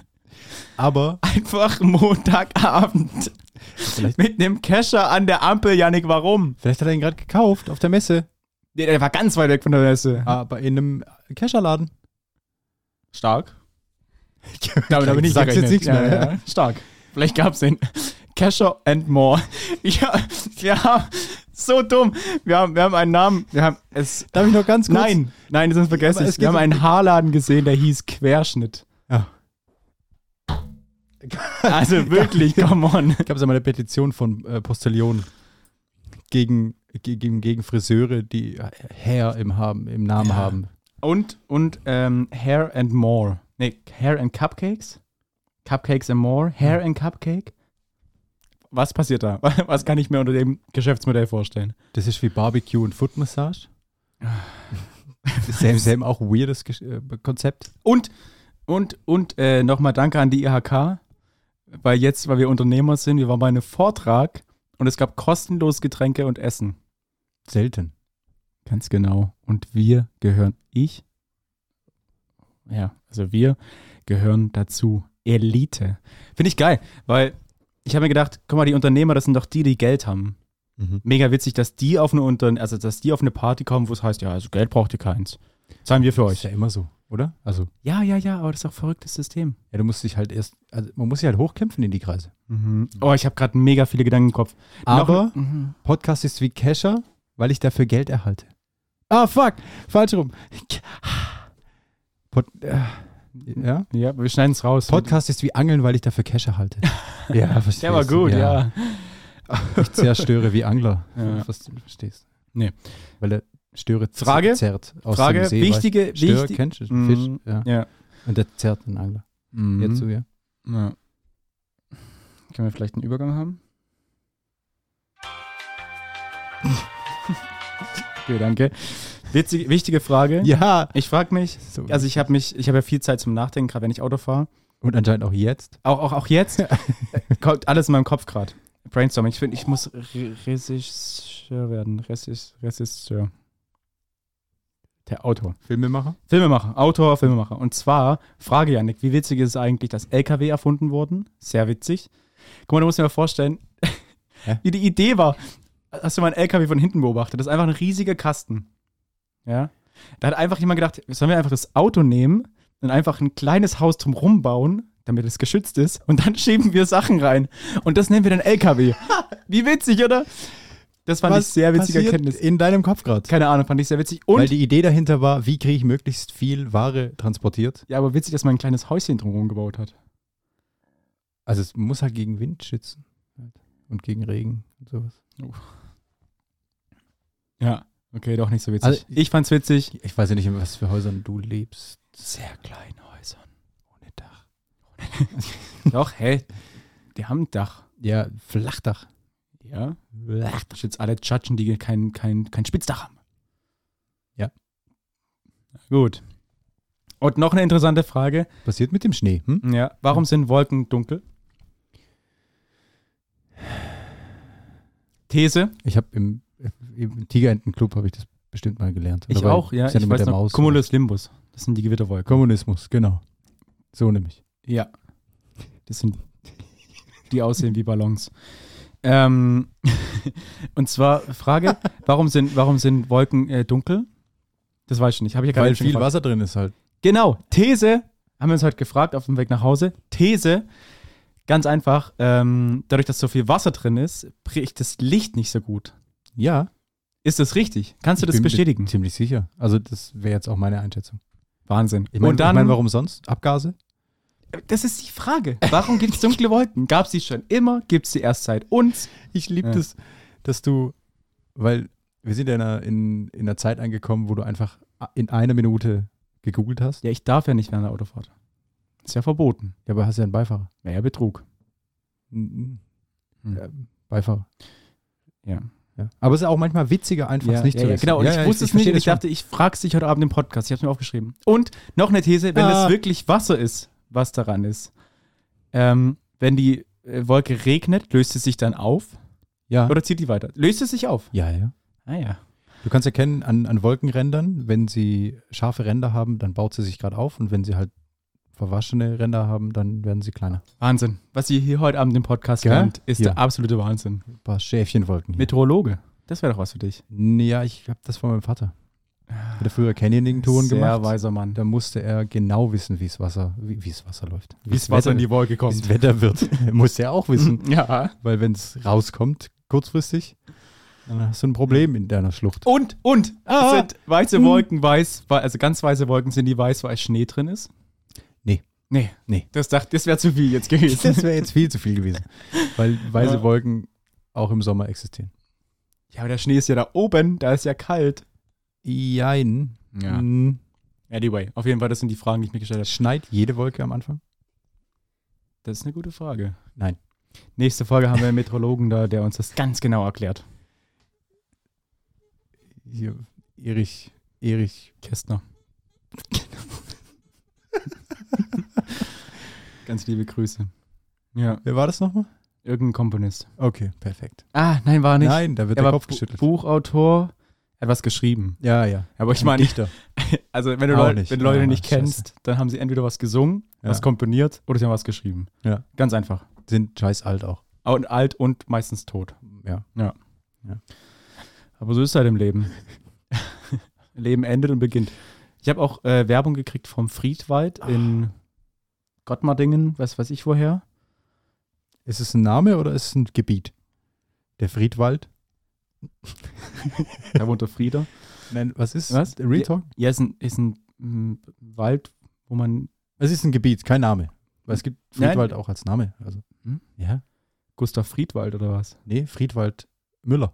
S1: Aber
S2: Einfach Montagabend
S1: vielleicht,
S2: mit einem Kescher an der Ampel, Janik, warum?
S1: vielleicht hat er ihn gerade gekauft auf der Messe,
S2: Nee, der war ganz weit weg von der Messe.
S1: aber in einem Kescherladen.
S2: Stark. Damit habe ich nicht
S1: Sagst jetzt
S2: gerechnet.
S1: nichts mehr,
S2: Ja, ja, ja. Stark. Vielleicht gab es den Casher and More. Ja, ja, so dumm. Wir haben, wir haben einen Namen. Wir haben es.
S1: Darf ich noch ganz kurz?
S2: Nein, nein, das ist vergessen.
S1: Aber es
S2: Es wir
S1: geht
S2: haben
S1: um-
S2: einen Haarladen gesehen, der hieß Querschnitt.
S1: Ja.
S2: Also wirklich, come on.
S1: gab es einmal eine Petition von äh, Postillon gegen, gegen, gegen Friseure, die Hair im, haben, im Namen
S2: Ja.
S1: haben.
S2: Und, und ähm, Hair and More. Nee, Hair and Cupcakes. Cupcakes and More. Hair and Cupcake. Was passiert da? Was kann ich mir unter dem Geschäftsmodell vorstellen?
S1: Das ist wie Barbecue und Foot Massage. Sam, Sam, auch weirdes Gesch äh, Konzept.
S2: Und, und, und äh, nochmal danke an die IHK, weil jetzt, weil wir Unternehmer sind, wir waren bei einem Vortrag und es gab kostenlos Getränke und Essen.
S1: Selten.
S2: Ganz genau. Und wir gehören, ich, ja, also wir gehören dazu. Elite. Finde ich geil, weil ich habe mir gedacht, guck mal, die Unternehmer, das sind doch die, die Geld haben.
S1: Mhm.
S2: Mega witzig, dass die auf eine Unterne also dass die auf eine Party kommen, wo es heißt, ja, also Geld braucht ihr keins. Zahlen wir für
S1: Ist
S2: euch.
S1: ja immer so, oder? Also,
S2: Ja, ja, ja, aber das ist doch ein verrücktes System.
S1: ja, du musst dich halt erst, also man muss sich halt hochkämpfen in die Kreise.
S2: Mhm. Oh, ich habe gerade mega viele Gedanken im Kopf.
S1: Aber
S2: Noch, Mhm.
S1: Podcast ist wie Kescher, weil ich dafür Geld erhalte. Ah, fuck, falsch rum. Pod äh, ja?
S2: ja, wir schneiden es raus.
S1: Podcast ist wie Angeln, weil ich dafür Cash erhalte. ja, verstehst
S2: Der war gut, ja.
S1: Ich zerstöre wie Angler.
S2: Ja.
S1: Was du verstehst.
S2: Nee.
S1: Weil er Störe z-
S2: Frage?
S1: zerrt aus dem
S2: Frage,
S1: See.
S2: wichtige,
S1: weißt du? Störe
S2: wichtig,
S1: kennst du?
S2: Mhm.
S1: Fisch, ja.
S2: Ja.
S1: Und der zerrt den Angler.
S2: Mhm.
S1: Jetzt so, ja.
S2: Ja. Können wir vielleicht einen Übergang haben? okay, danke. Witzige, wichtige Frage.
S1: Ja.
S2: Ich frage mich,
S1: So.
S2: also ich habe mich, ich habe ja viel Zeit zum Nachdenken, gerade wenn ich Auto fahre.
S1: Und anscheinend auch jetzt.
S2: Auch, auch, auch jetzt kommt alles in meinem Kopf gerade. Brainstorming. Ich finde, ich muss Re- Regisseur werden. Regis- Regisseur. Der Autor.
S1: Filmemacher.
S2: Filmemacher. Autor, Filmemacher. Und zwar, Frage, Janik, wie witzig ist es eigentlich, dass LKW erfunden wurden? Sehr witzig. Guck mal, du musst dir mal vorstellen,
S1: Hä?
S2: wie die Idee war. Hast du mal einen LKW von hinten beobachtet? Das ist einfach ein riesiger Kasten. Ja. Da hat einfach jemand gedacht, sollen wir einfach das Auto nehmen und einfach ein kleines Haus drumrum bauen, damit es geschützt ist und dann schieben wir Sachen rein. Und das nennen wir dann LKW. wie witzig, oder? Das fand ich sehr witzige
S1: passiert
S2: Erkenntnis.
S1: in deinem Kopf gerade?
S2: Keine Ahnung, fand ich sehr witzig. Und
S1: Weil die Idee dahinter war, wie kriege ich möglichst viel Ware transportiert?
S2: Ja, aber witzig, dass man ein kleines Häuschen drumherum gebaut hat.
S1: Also es muss halt gegen Wind schützen. Und gegen Regen und sowas.
S2: Ja. Okay, doch nicht so witzig.
S1: Also-
S2: ich fand's witzig.
S1: Ich weiß ja nicht, in was für Häusern du lebst.
S2: Sehr kleine Häuser.
S1: Ohne Dach.
S2: Doch, hey. Die haben ein Dach.
S1: Ja, Flachdach.
S2: Ja. Ich jetzt alle judgen, die kein, kein, kein Spitzdach haben.
S1: Ja.
S2: Gut. Und noch eine interessante Frage.
S1: Passiert mit dem Schnee. Hm?
S2: Ja. Warum sind Wolken dunkel? These.
S1: Ich habe im, im Tigerentenclub habe ich das bestimmt mal gelernt.
S2: Ich
S1: Oder bei
S2: auch, ja. Ich
S1: Sendung mit
S2: weiß
S1: der
S2: noch.
S1: Maus.
S2: Cumulus Limbus. Das sind die Gewitterwolken.
S1: Kommunismus, genau. So nämlich.
S2: Ja. Das sind die aussehen wie Ballons. Ähm, und zwar Frage, warum sind, warum sind Wolken äh, dunkel? Das weiß ich nicht. Habe ich ja gerade
S1: Weil
S2: schon
S1: viel
S2: gefragt.
S1: Wasser drin ist halt.
S2: Genau, These, haben wir uns heute gefragt auf dem Weg nach Hause. These, ganz einfach, ähm, dadurch, dass so viel Wasser drin ist, bricht das Licht nicht so gut.
S1: Ja.
S2: Ist das richtig? Kannst du
S1: ich
S2: das
S1: bin mir
S2: bestätigen?
S1: Ziemlich sicher. Also das wäre jetzt auch meine Einschätzung.
S2: Wahnsinn.
S1: Ich meine,
S2: Und dann,
S1: ich mein, warum sonst? Abgase?
S2: das ist die Frage. Warum gibt es dunkle Wolken? Gab es die schon immer? Gibt es die erst seit uns?
S1: Ich liebe
S2: Ja.
S1: das, dass du, weil wir sind ja in einer, in, in einer Zeit angekommen, wo du einfach in einer Minute gegoogelt hast.
S2: Ja, ich darf ja nicht während der Autofahrt. Ist ja verboten.
S1: Ja, aber hast ja einen Beifahrer.
S2: Wäre ja Betrug.
S1: Mhm.
S2: Hm.
S1: Ja, Beifahrer.
S2: Ja.
S1: Ja. Aber es ist auch manchmal witziger, einfach es nicht
S2: ja,
S1: zu
S2: ja,
S1: wissen.
S2: genau. Und
S1: ja,
S2: ich
S1: ja,
S2: wusste es nicht.
S1: verstehe
S2: und Ich
S1: das schon.
S2: dachte, ich frage dich heute Abend im Podcast. Ich habe es mir aufgeschrieben. Und noch eine These: Wenn
S1: Ah.
S2: es wirklich Wasser ist, was daran ist, ähm, wenn die äh, Wolke regnet, löst es sich dann auf
S1: ja.
S2: oder zieht die weiter? Löst es sich auf?
S1: ja, ja.
S2: Ah ja.
S1: Du kannst erkennen an, an Wolkenrändern, wenn sie scharfe Ränder haben, dann baut sie sich gerade auf und wenn sie halt verwaschene Ränder haben, dann werden sie kleiner.
S2: Wahnsinn. Was ihr hier heute Abend im Podcast
S1: Gell?
S2: lernt, ist
S1: Ja.
S2: der absolute Wahnsinn.
S1: Ein paar Schäfchenwolken. Hier.
S2: Meteorologe. Das wäre doch was für dich.
S1: Ja, ich habe das von meinem Vater. Ich hatte früher Canyoning-Touren
S2: Sehr
S1: gemacht.
S2: weiser Mann.
S1: Da musste er genau wissen, wie es Wasser, wie wie es Wasser läuft.
S2: Wie's Wasser in die Wolke
S1: Wie es Wetter wird. Muss er auch wissen.
S2: Ja.
S1: Weil wenn es rauskommt, kurzfristig, dann hast du ein Problem in deiner Schlucht.
S2: Und, und,
S1: Ah.
S2: es sind weiße Wolken, weiß, wei- also ganz weiße Wolken sind die weiß, weil Schnee drin ist?
S1: Nee.
S2: Nee.
S1: Nee.
S2: Das, dacht- das wäre zu viel jetzt gewesen.
S1: Das wäre jetzt viel zu viel gewesen. Weil weiße
S2: Ja.
S1: Wolken auch im Sommer existieren.
S2: ja, aber der Schnee ist ja da oben, da ist ja kalt.
S1: Jein.
S2: Ja.
S1: Mm.
S2: Anyway, auf jeden Fall, das sind die Fragen, die ich mir gestellt habe.
S1: Schneit jede Wolke am Anfang?
S2: Das ist eine gute Frage.
S1: Nein.
S2: Nächste Folge haben wir einen Meteorologen da, der uns das ganz genau erklärt.
S1: Hier, Erich, Erich.
S2: Kästner. ganz liebe Grüße. Ja,
S1: Wer war das nochmal?
S2: irgendein Komponist.
S1: Okay, perfekt.
S2: Ah, nein, war nicht.
S1: Nein, da wird
S2: er
S1: der
S2: war
S1: Kopf
S2: Bu-
S1: geschüttelt.
S2: Buchautor, er hat was geschrieben.
S1: Ja, ja.
S2: Aber ich
S1: Ein
S2: meine,
S1: Dichter.
S2: also wenn du,
S1: Auch
S2: Leute,
S1: nicht.
S2: wenn du Leute
S1: Ja,
S2: nicht
S1: scheiße.
S2: kennst, dann haben sie entweder was gesungen,
S1: Ja.
S2: was komponiert oder sie haben was geschrieben.
S1: Ja.
S2: Ganz einfach.
S1: Sind scheiß alt auch.
S2: Und alt und meistens tot.
S1: Ja.
S2: Aber so ist halt im Leben. Leben endet und beginnt. Ich habe auch äh, Werbung gekriegt vom Friedwald in Gottmardingen, was weiß ich woher.
S1: Ist es ein Name oder ist es ein Gebiet? Der Friedwald?
S2: Da wohnt der Frieder.
S1: Nein, was ist?
S2: Was?
S1: Real Talk?
S2: Ja, ist ein, ist ein mm, Wald, wo man
S1: Es ist ein Gebiet, kein Name. Weil es gibt
S2: Nein.
S1: Friedwald auch als Name. Also.
S2: Hm?
S1: Ja.
S2: Gustav Friedwald oder was?
S1: Nee, Friedwald Müller.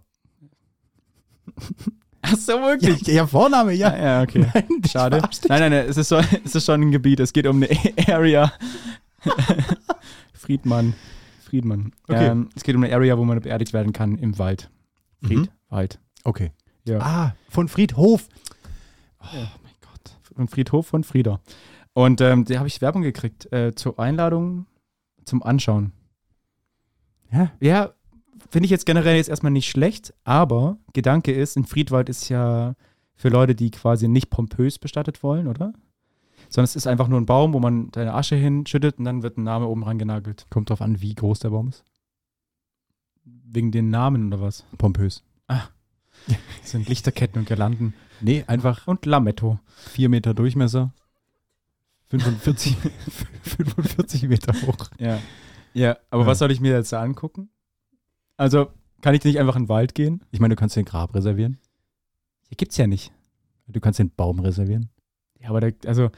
S2: Ach so, wirklich?
S1: ja Vorname,
S2: Ja, Ah, ja, okay.
S1: Nein,
S2: Schade. Nein, nein, nein, es ist, so, es ist schon ein Gebiet. Es geht um eine Area. Friedmann. Friedmann.
S1: Okay.
S2: Ähm, es geht um eine Area, wo man beerdigt werden kann im Wald.
S1: Mhm.
S2: Friedwald.
S1: Okay.
S2: Ja.
S1: Ah, von Friedhof.
S2: mein Gott. Ein Friedhof von Frieda. Und ähm, da habe ich Werbung gekriegt äh, zur Einladung zum Anschauen.
S1: Ja.
S2: Ja, finde ich jetzt generell jetzt erstmal nicht schlecht, aber Gedanke ist, in Friedwald ist ja für Leute, die quasi nicht pompös bestattet wollen, oder? Sondern es ist einfach nur ein Baum, wo man deine Asche hinschüttet und dann wird ein Name oben rangenagelt.
S1: Kommt drauf an, wie groß der Baum ist.
S2: Wegen den Namen oder was?
S1: Pompös.
S2: Das sind Lichterketten und Girlanden.
S1: Nee, einfach
S2: Und Lametto.
S1: 4 Meter Durchmesser, 45, 45 Meter hoch.
S2: Ja. Ja, aber
S1: Ja.
S2: was soll ich mir jetzt da angucken? Also, kann ich nicht einfach in den Wald gehen?
S1: Ich meine, du kannst den Grab reservieren,
S2: Hier gibt's ja nicht.
S1: du kannst den Baum reservieren.
S2: Ja, aber da, also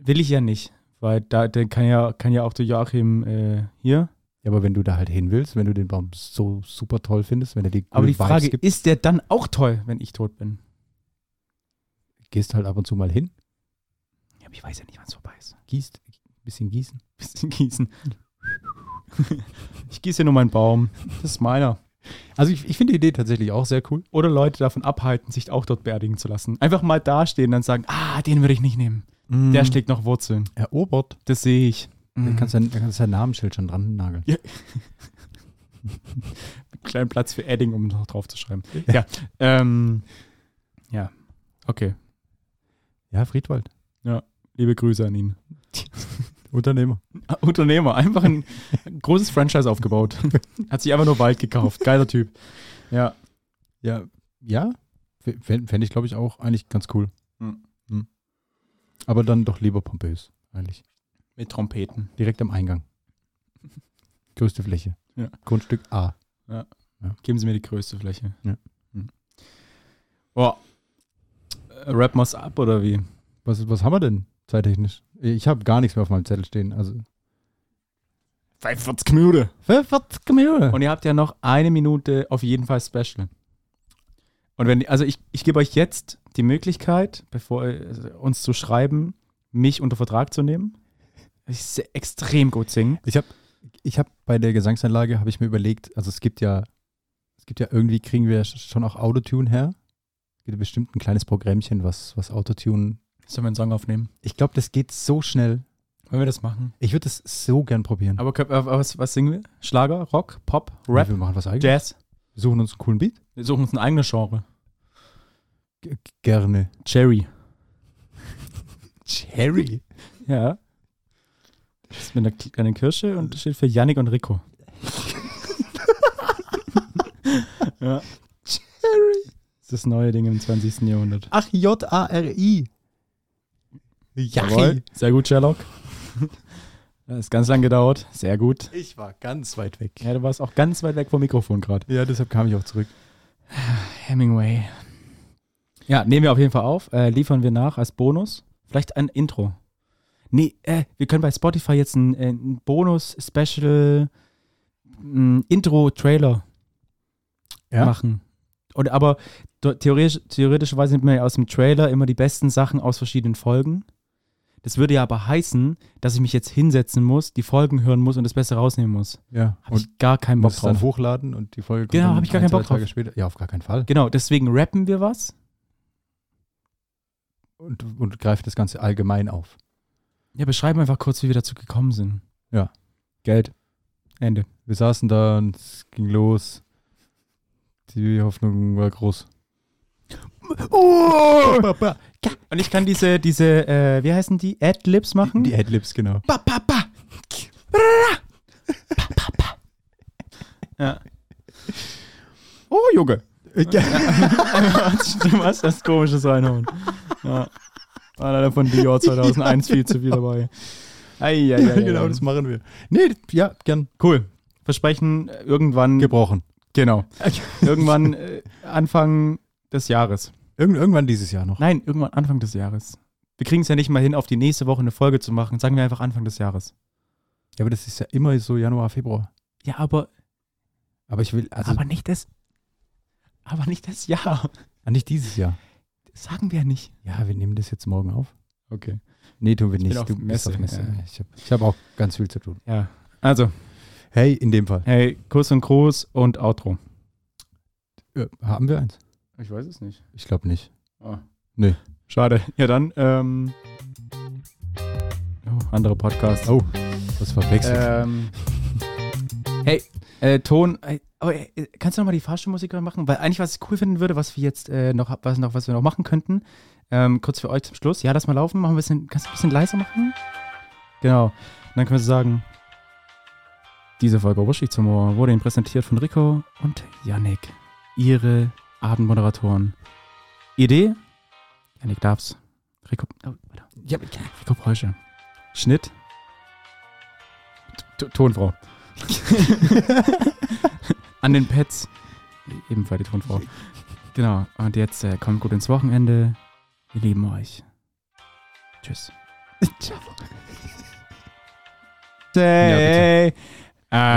S2: will ich ja nicht. Weil da der kann ja, kann ja auch der Joachim äh, hier.
S1: Ja, aber wenn du da halt hin willst, wenn du den Baum so super toll findest, wenn er die
S2: Aber
S1: guten
S2: die Frage,
S1: Vibes gibt,
S2: ist der dann auch toll, wenn ich tot bin?
S1: gehst halt ab und zu mal hin,
S2: Ja, aber ich weiß ja nicht, wann es vorbei ist.
S1: gießt, ein bisschen gießen.
S2: Bisschen gießen. ich gieße nur meinen Baum. Das ist meiner.
S1: Also ich, ich finde die Idee tatsächlich auch sehr cool.
S2: Oder Leute davon abhalten, sich auch dort beerdigen zu lassen. Einfach mal dastehen und dann sagen, ah, den würde ich nicht nehmen. Der schlägt noch Wurzeln.
S1: Mm. Erobert. Mm.
S2: Das sehe ich.
S1: Da
S2: Mhm.
S1: kannst du dein, da kannst du dein Namensschild schon dran nageln.
S2: kleinen Platz für Adding, um noch drauf zu schreiben. Ja. ähm, ja. Okay.
S1: Ja, Friedwald.
S2: Liebe Grüße an ihn.
S1: Unternehmer.
S2: Ah, Unternehmer, einfach ein großes Franchise aufgebaut. Hat sich einfach nur Wald gekauft. Geiler Typ. Ja.
S1: Ja, ja. Fände ich, glaube ich, auch eigentlich ganz cool.
S2: Mhm.
S1: Mhm. Aber dann doch lieber pompös, eigentlich.
S2: Mit Trompeten.
S1: Direkt am Eingang. Größte Fläche.
S2: Ja.
S1: Grundstück A.
S2: Geben Sie mir die größte Fläche.
S1: Ja.
S2: Hm. Boah. Äh, Rappen wir's ab oder wie?
S1: Was, was haben wir denn zeittechnisch? Ich habe gar nichts mehr auf meinem Zettel stehen. Also
S2: 45 Minuten.
S1: 45 Minuten.
S2: Und ihr habt ja noch eine Minute auf jeden Fall Special. Und wenn, also ich, ich gebe euch jetzt die Möglichkeit, bevor ihr, äh, uns zu schreiben, mich unter Vertrag zu nehmen. Ich se- extrem gut singen.
S1: Ich habe ich hab bei der Gesangseinlage, habe ich mir überlegt, also es gibt ja, es gibt ja irgendwie, kriegen wir sch- schon auch Autotune her. Es gibt bestimmt ein kleines Programmchen, was, was Autotune.
S2: Sollen wir einen Song aufnehmen?
S1: Ich glaube, das geht so schnell.
S2: Wollen wir das machen?
S1: Ich würde das so gern probieren.
S2: Aber kö- äh, was, was singen wir? Schlager, Rock, Pop, Rap,
S1: wir machen was eigenes.
S2: Jazz.
S1: Wir suchen uns einen coolen Beat.
S2: Wir suchen uns ein eigenes Genre.
S1: G gerne.
S2: Cherry.
S1: Cherry.
S2: Ja. Das ist mit einer kleinen Kirsche und steht für Yannick und Rico. ja. Cherry. Das ist das neue Ding im 20. Jahrhundert.
S1: Ach, J-A-R-I.
S2: Jawohl. Sehr gut, Sherlock. Das ist ganz lang gedauert. Sehr gut.
S1: Ich war ganz weit weg.
S2: Ja, du warst auch ganz weit weg vom Mikrofon gerade.
S1: Ja, deshalb kam ich auch zurück.
S2: Hemingway. Ja, nehmen wir auf jeden Fall auf. Äh, liefern wir nach als Bonus. Vielleicht ein Intro. Nee, äh, wir können bei Spotify jetzt ein, äh, ein Bonus-Special ein Intro-Trailer
S1: Ja?
S2: machen. Und, aber do- theoretisch, theoretischerweise nimmt man ja aus dem Trailer immer die besten Sachen aus verschiedenen Folgen. Das würde ja aber heißen, dass ich mich jetzt hinsetzen muss, die Folgen hören muss und das Beste rausnehmen muss.
S1: Ja.
S2: Habe
S1: Und
S2: ich gar keinen Bock
S1: musst es
S2: drauf.
S1: dann hochladen und die Folge kommt
S2: Genau,
S1: dann
S2: hab ich gar
S1: ein,
S2: keinen Bock
S1: zwei Tage
S2: drauf.
S1: Später. Ja, auf gar keinen Fall.
S2: Genau, deswegen rappen wir was.
S1: Und, und greift das Ganze allgemein auf.
S2: Ja, beschreiben einfach kurz, wie wir dazu gekommen sind.
S1: Ja.
S2: Geld. Ende.
S1: Wir saßen da und es ging los. Die Hoffnung war groß.
S2: Oh! Und ich kann diese, diese, äh, wie heißen die? Ad-Libs machen?
S1: Die Adlibs, genau.
S2: ba, ba, ba. Ja.
S1: Oh, Junge.
S2: Du machst das Komisches reinhauen. Ja. War leider von Dior 2001 viel zu viel dabei. Ei, ei, ei, ei,
S1: genau,
S2: ei.
S1: das machen wir. Nee, ja, gern.
S2: Cool. Versprechen äh, irgendwann.
S1: Gebrochen.
S2: genau. Irgendwann äh, Anfang des Jahres.
S1: Irgend, irgendwann dieses Jahr noch.
S2: Nein, irgendwann Anfang des Jahres. Wir kriegen es ja nicht mal hin, auf die nächste Woche eine Folge zu machen. Sagen wir einfach Anfang des Jahres.
S1: Ja, aber das ist ja immer so Januar, Februar.
S2: Ja, aber,
S1: Aber ich will, also
S2: aber nicht das. Aber nicht das Jahr.
S1: nicht dieses Jahr.
S2: Das sagen wir ja nicht.
S1: Ja, wir nehmen das jetzt morgen auf.
S2: Okay.
S1: Nee, tun wir
S2: bin
S1: nicht.
S2: auf
S1: du
S2: Messe,
S1: bist auf Messe.
S2: ja.
S1: Ich habe ich hab auch ganz viel zu tun.
S2: Ja. Also,
S1: Hey, in dem Fall.
S2: hey, Kuss und Gruß und Outro.
S1: Äh, haben wir eins?
S2: Ich weiß es nicht.
S1: Ich glaube nicht.
S2: Ah.
S1: Nee.
S2: Schade. Ja, dann, ähm. Oh, andere Podcast.
S1: Oh, Äh. das verwechselt.
S2: Ähm. Hey, äh, Ton, äh, aber, äh, kannst du nochmal die Fahrstuhlmusiker machen? Weil eigentlich, was ich cool finden würde, was wir jetzt äh, noch, was noch, was wir noch machen könnten, ähm, kurz für euch zum Schluss. Ja, lass mal laufen, machen wir ein bisschen, kannst du ein bisschen leiser machen? Genau. Und dann können wir sagen, diese Folge Wuschig-Zumor wurde Ihnen präsentiert von Rico und Yannick, ihre Abendmoderatoren. Idee? Yannick darf's. Rico, oh, warte.
S1: ja,
S2: Rico Preusche. Schnitt. T Tonfrau. An den Pets. Ebenfalls die Tonfrau. Genau. Und jetzt äh, kommt gut ins Wochenende. Wir lieben euch. Tschüss.
S1: Say,
S2: Eh,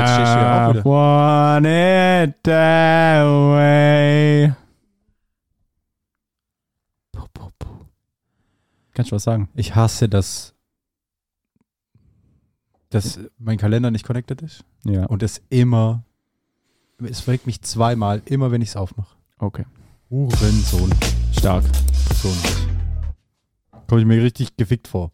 S1: Jetzt stehst du ja auch wieder.
S2: want it that way. Kannst du was sagen?
S1: Ich hasse, dass, dass mein Kalender nicht connected ist
S2: Ja.
S1: und es immer, es fragt mich zweimal, immer wenn ich es aufmache.
S2: Okay.
S1: Hurensohn.
S2: Stark.
S1: So nicht. Komme ich mir richtig gefickt vor.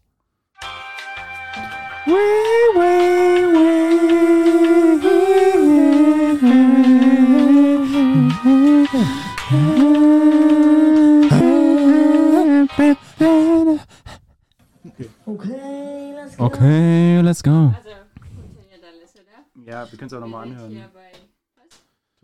S3: Okay, let's go.
S2: Okay, Let's go.
S4: Also, funktioniert alles, oder?
S2: Ja, wir können es auch
S4: Wir sind hier bei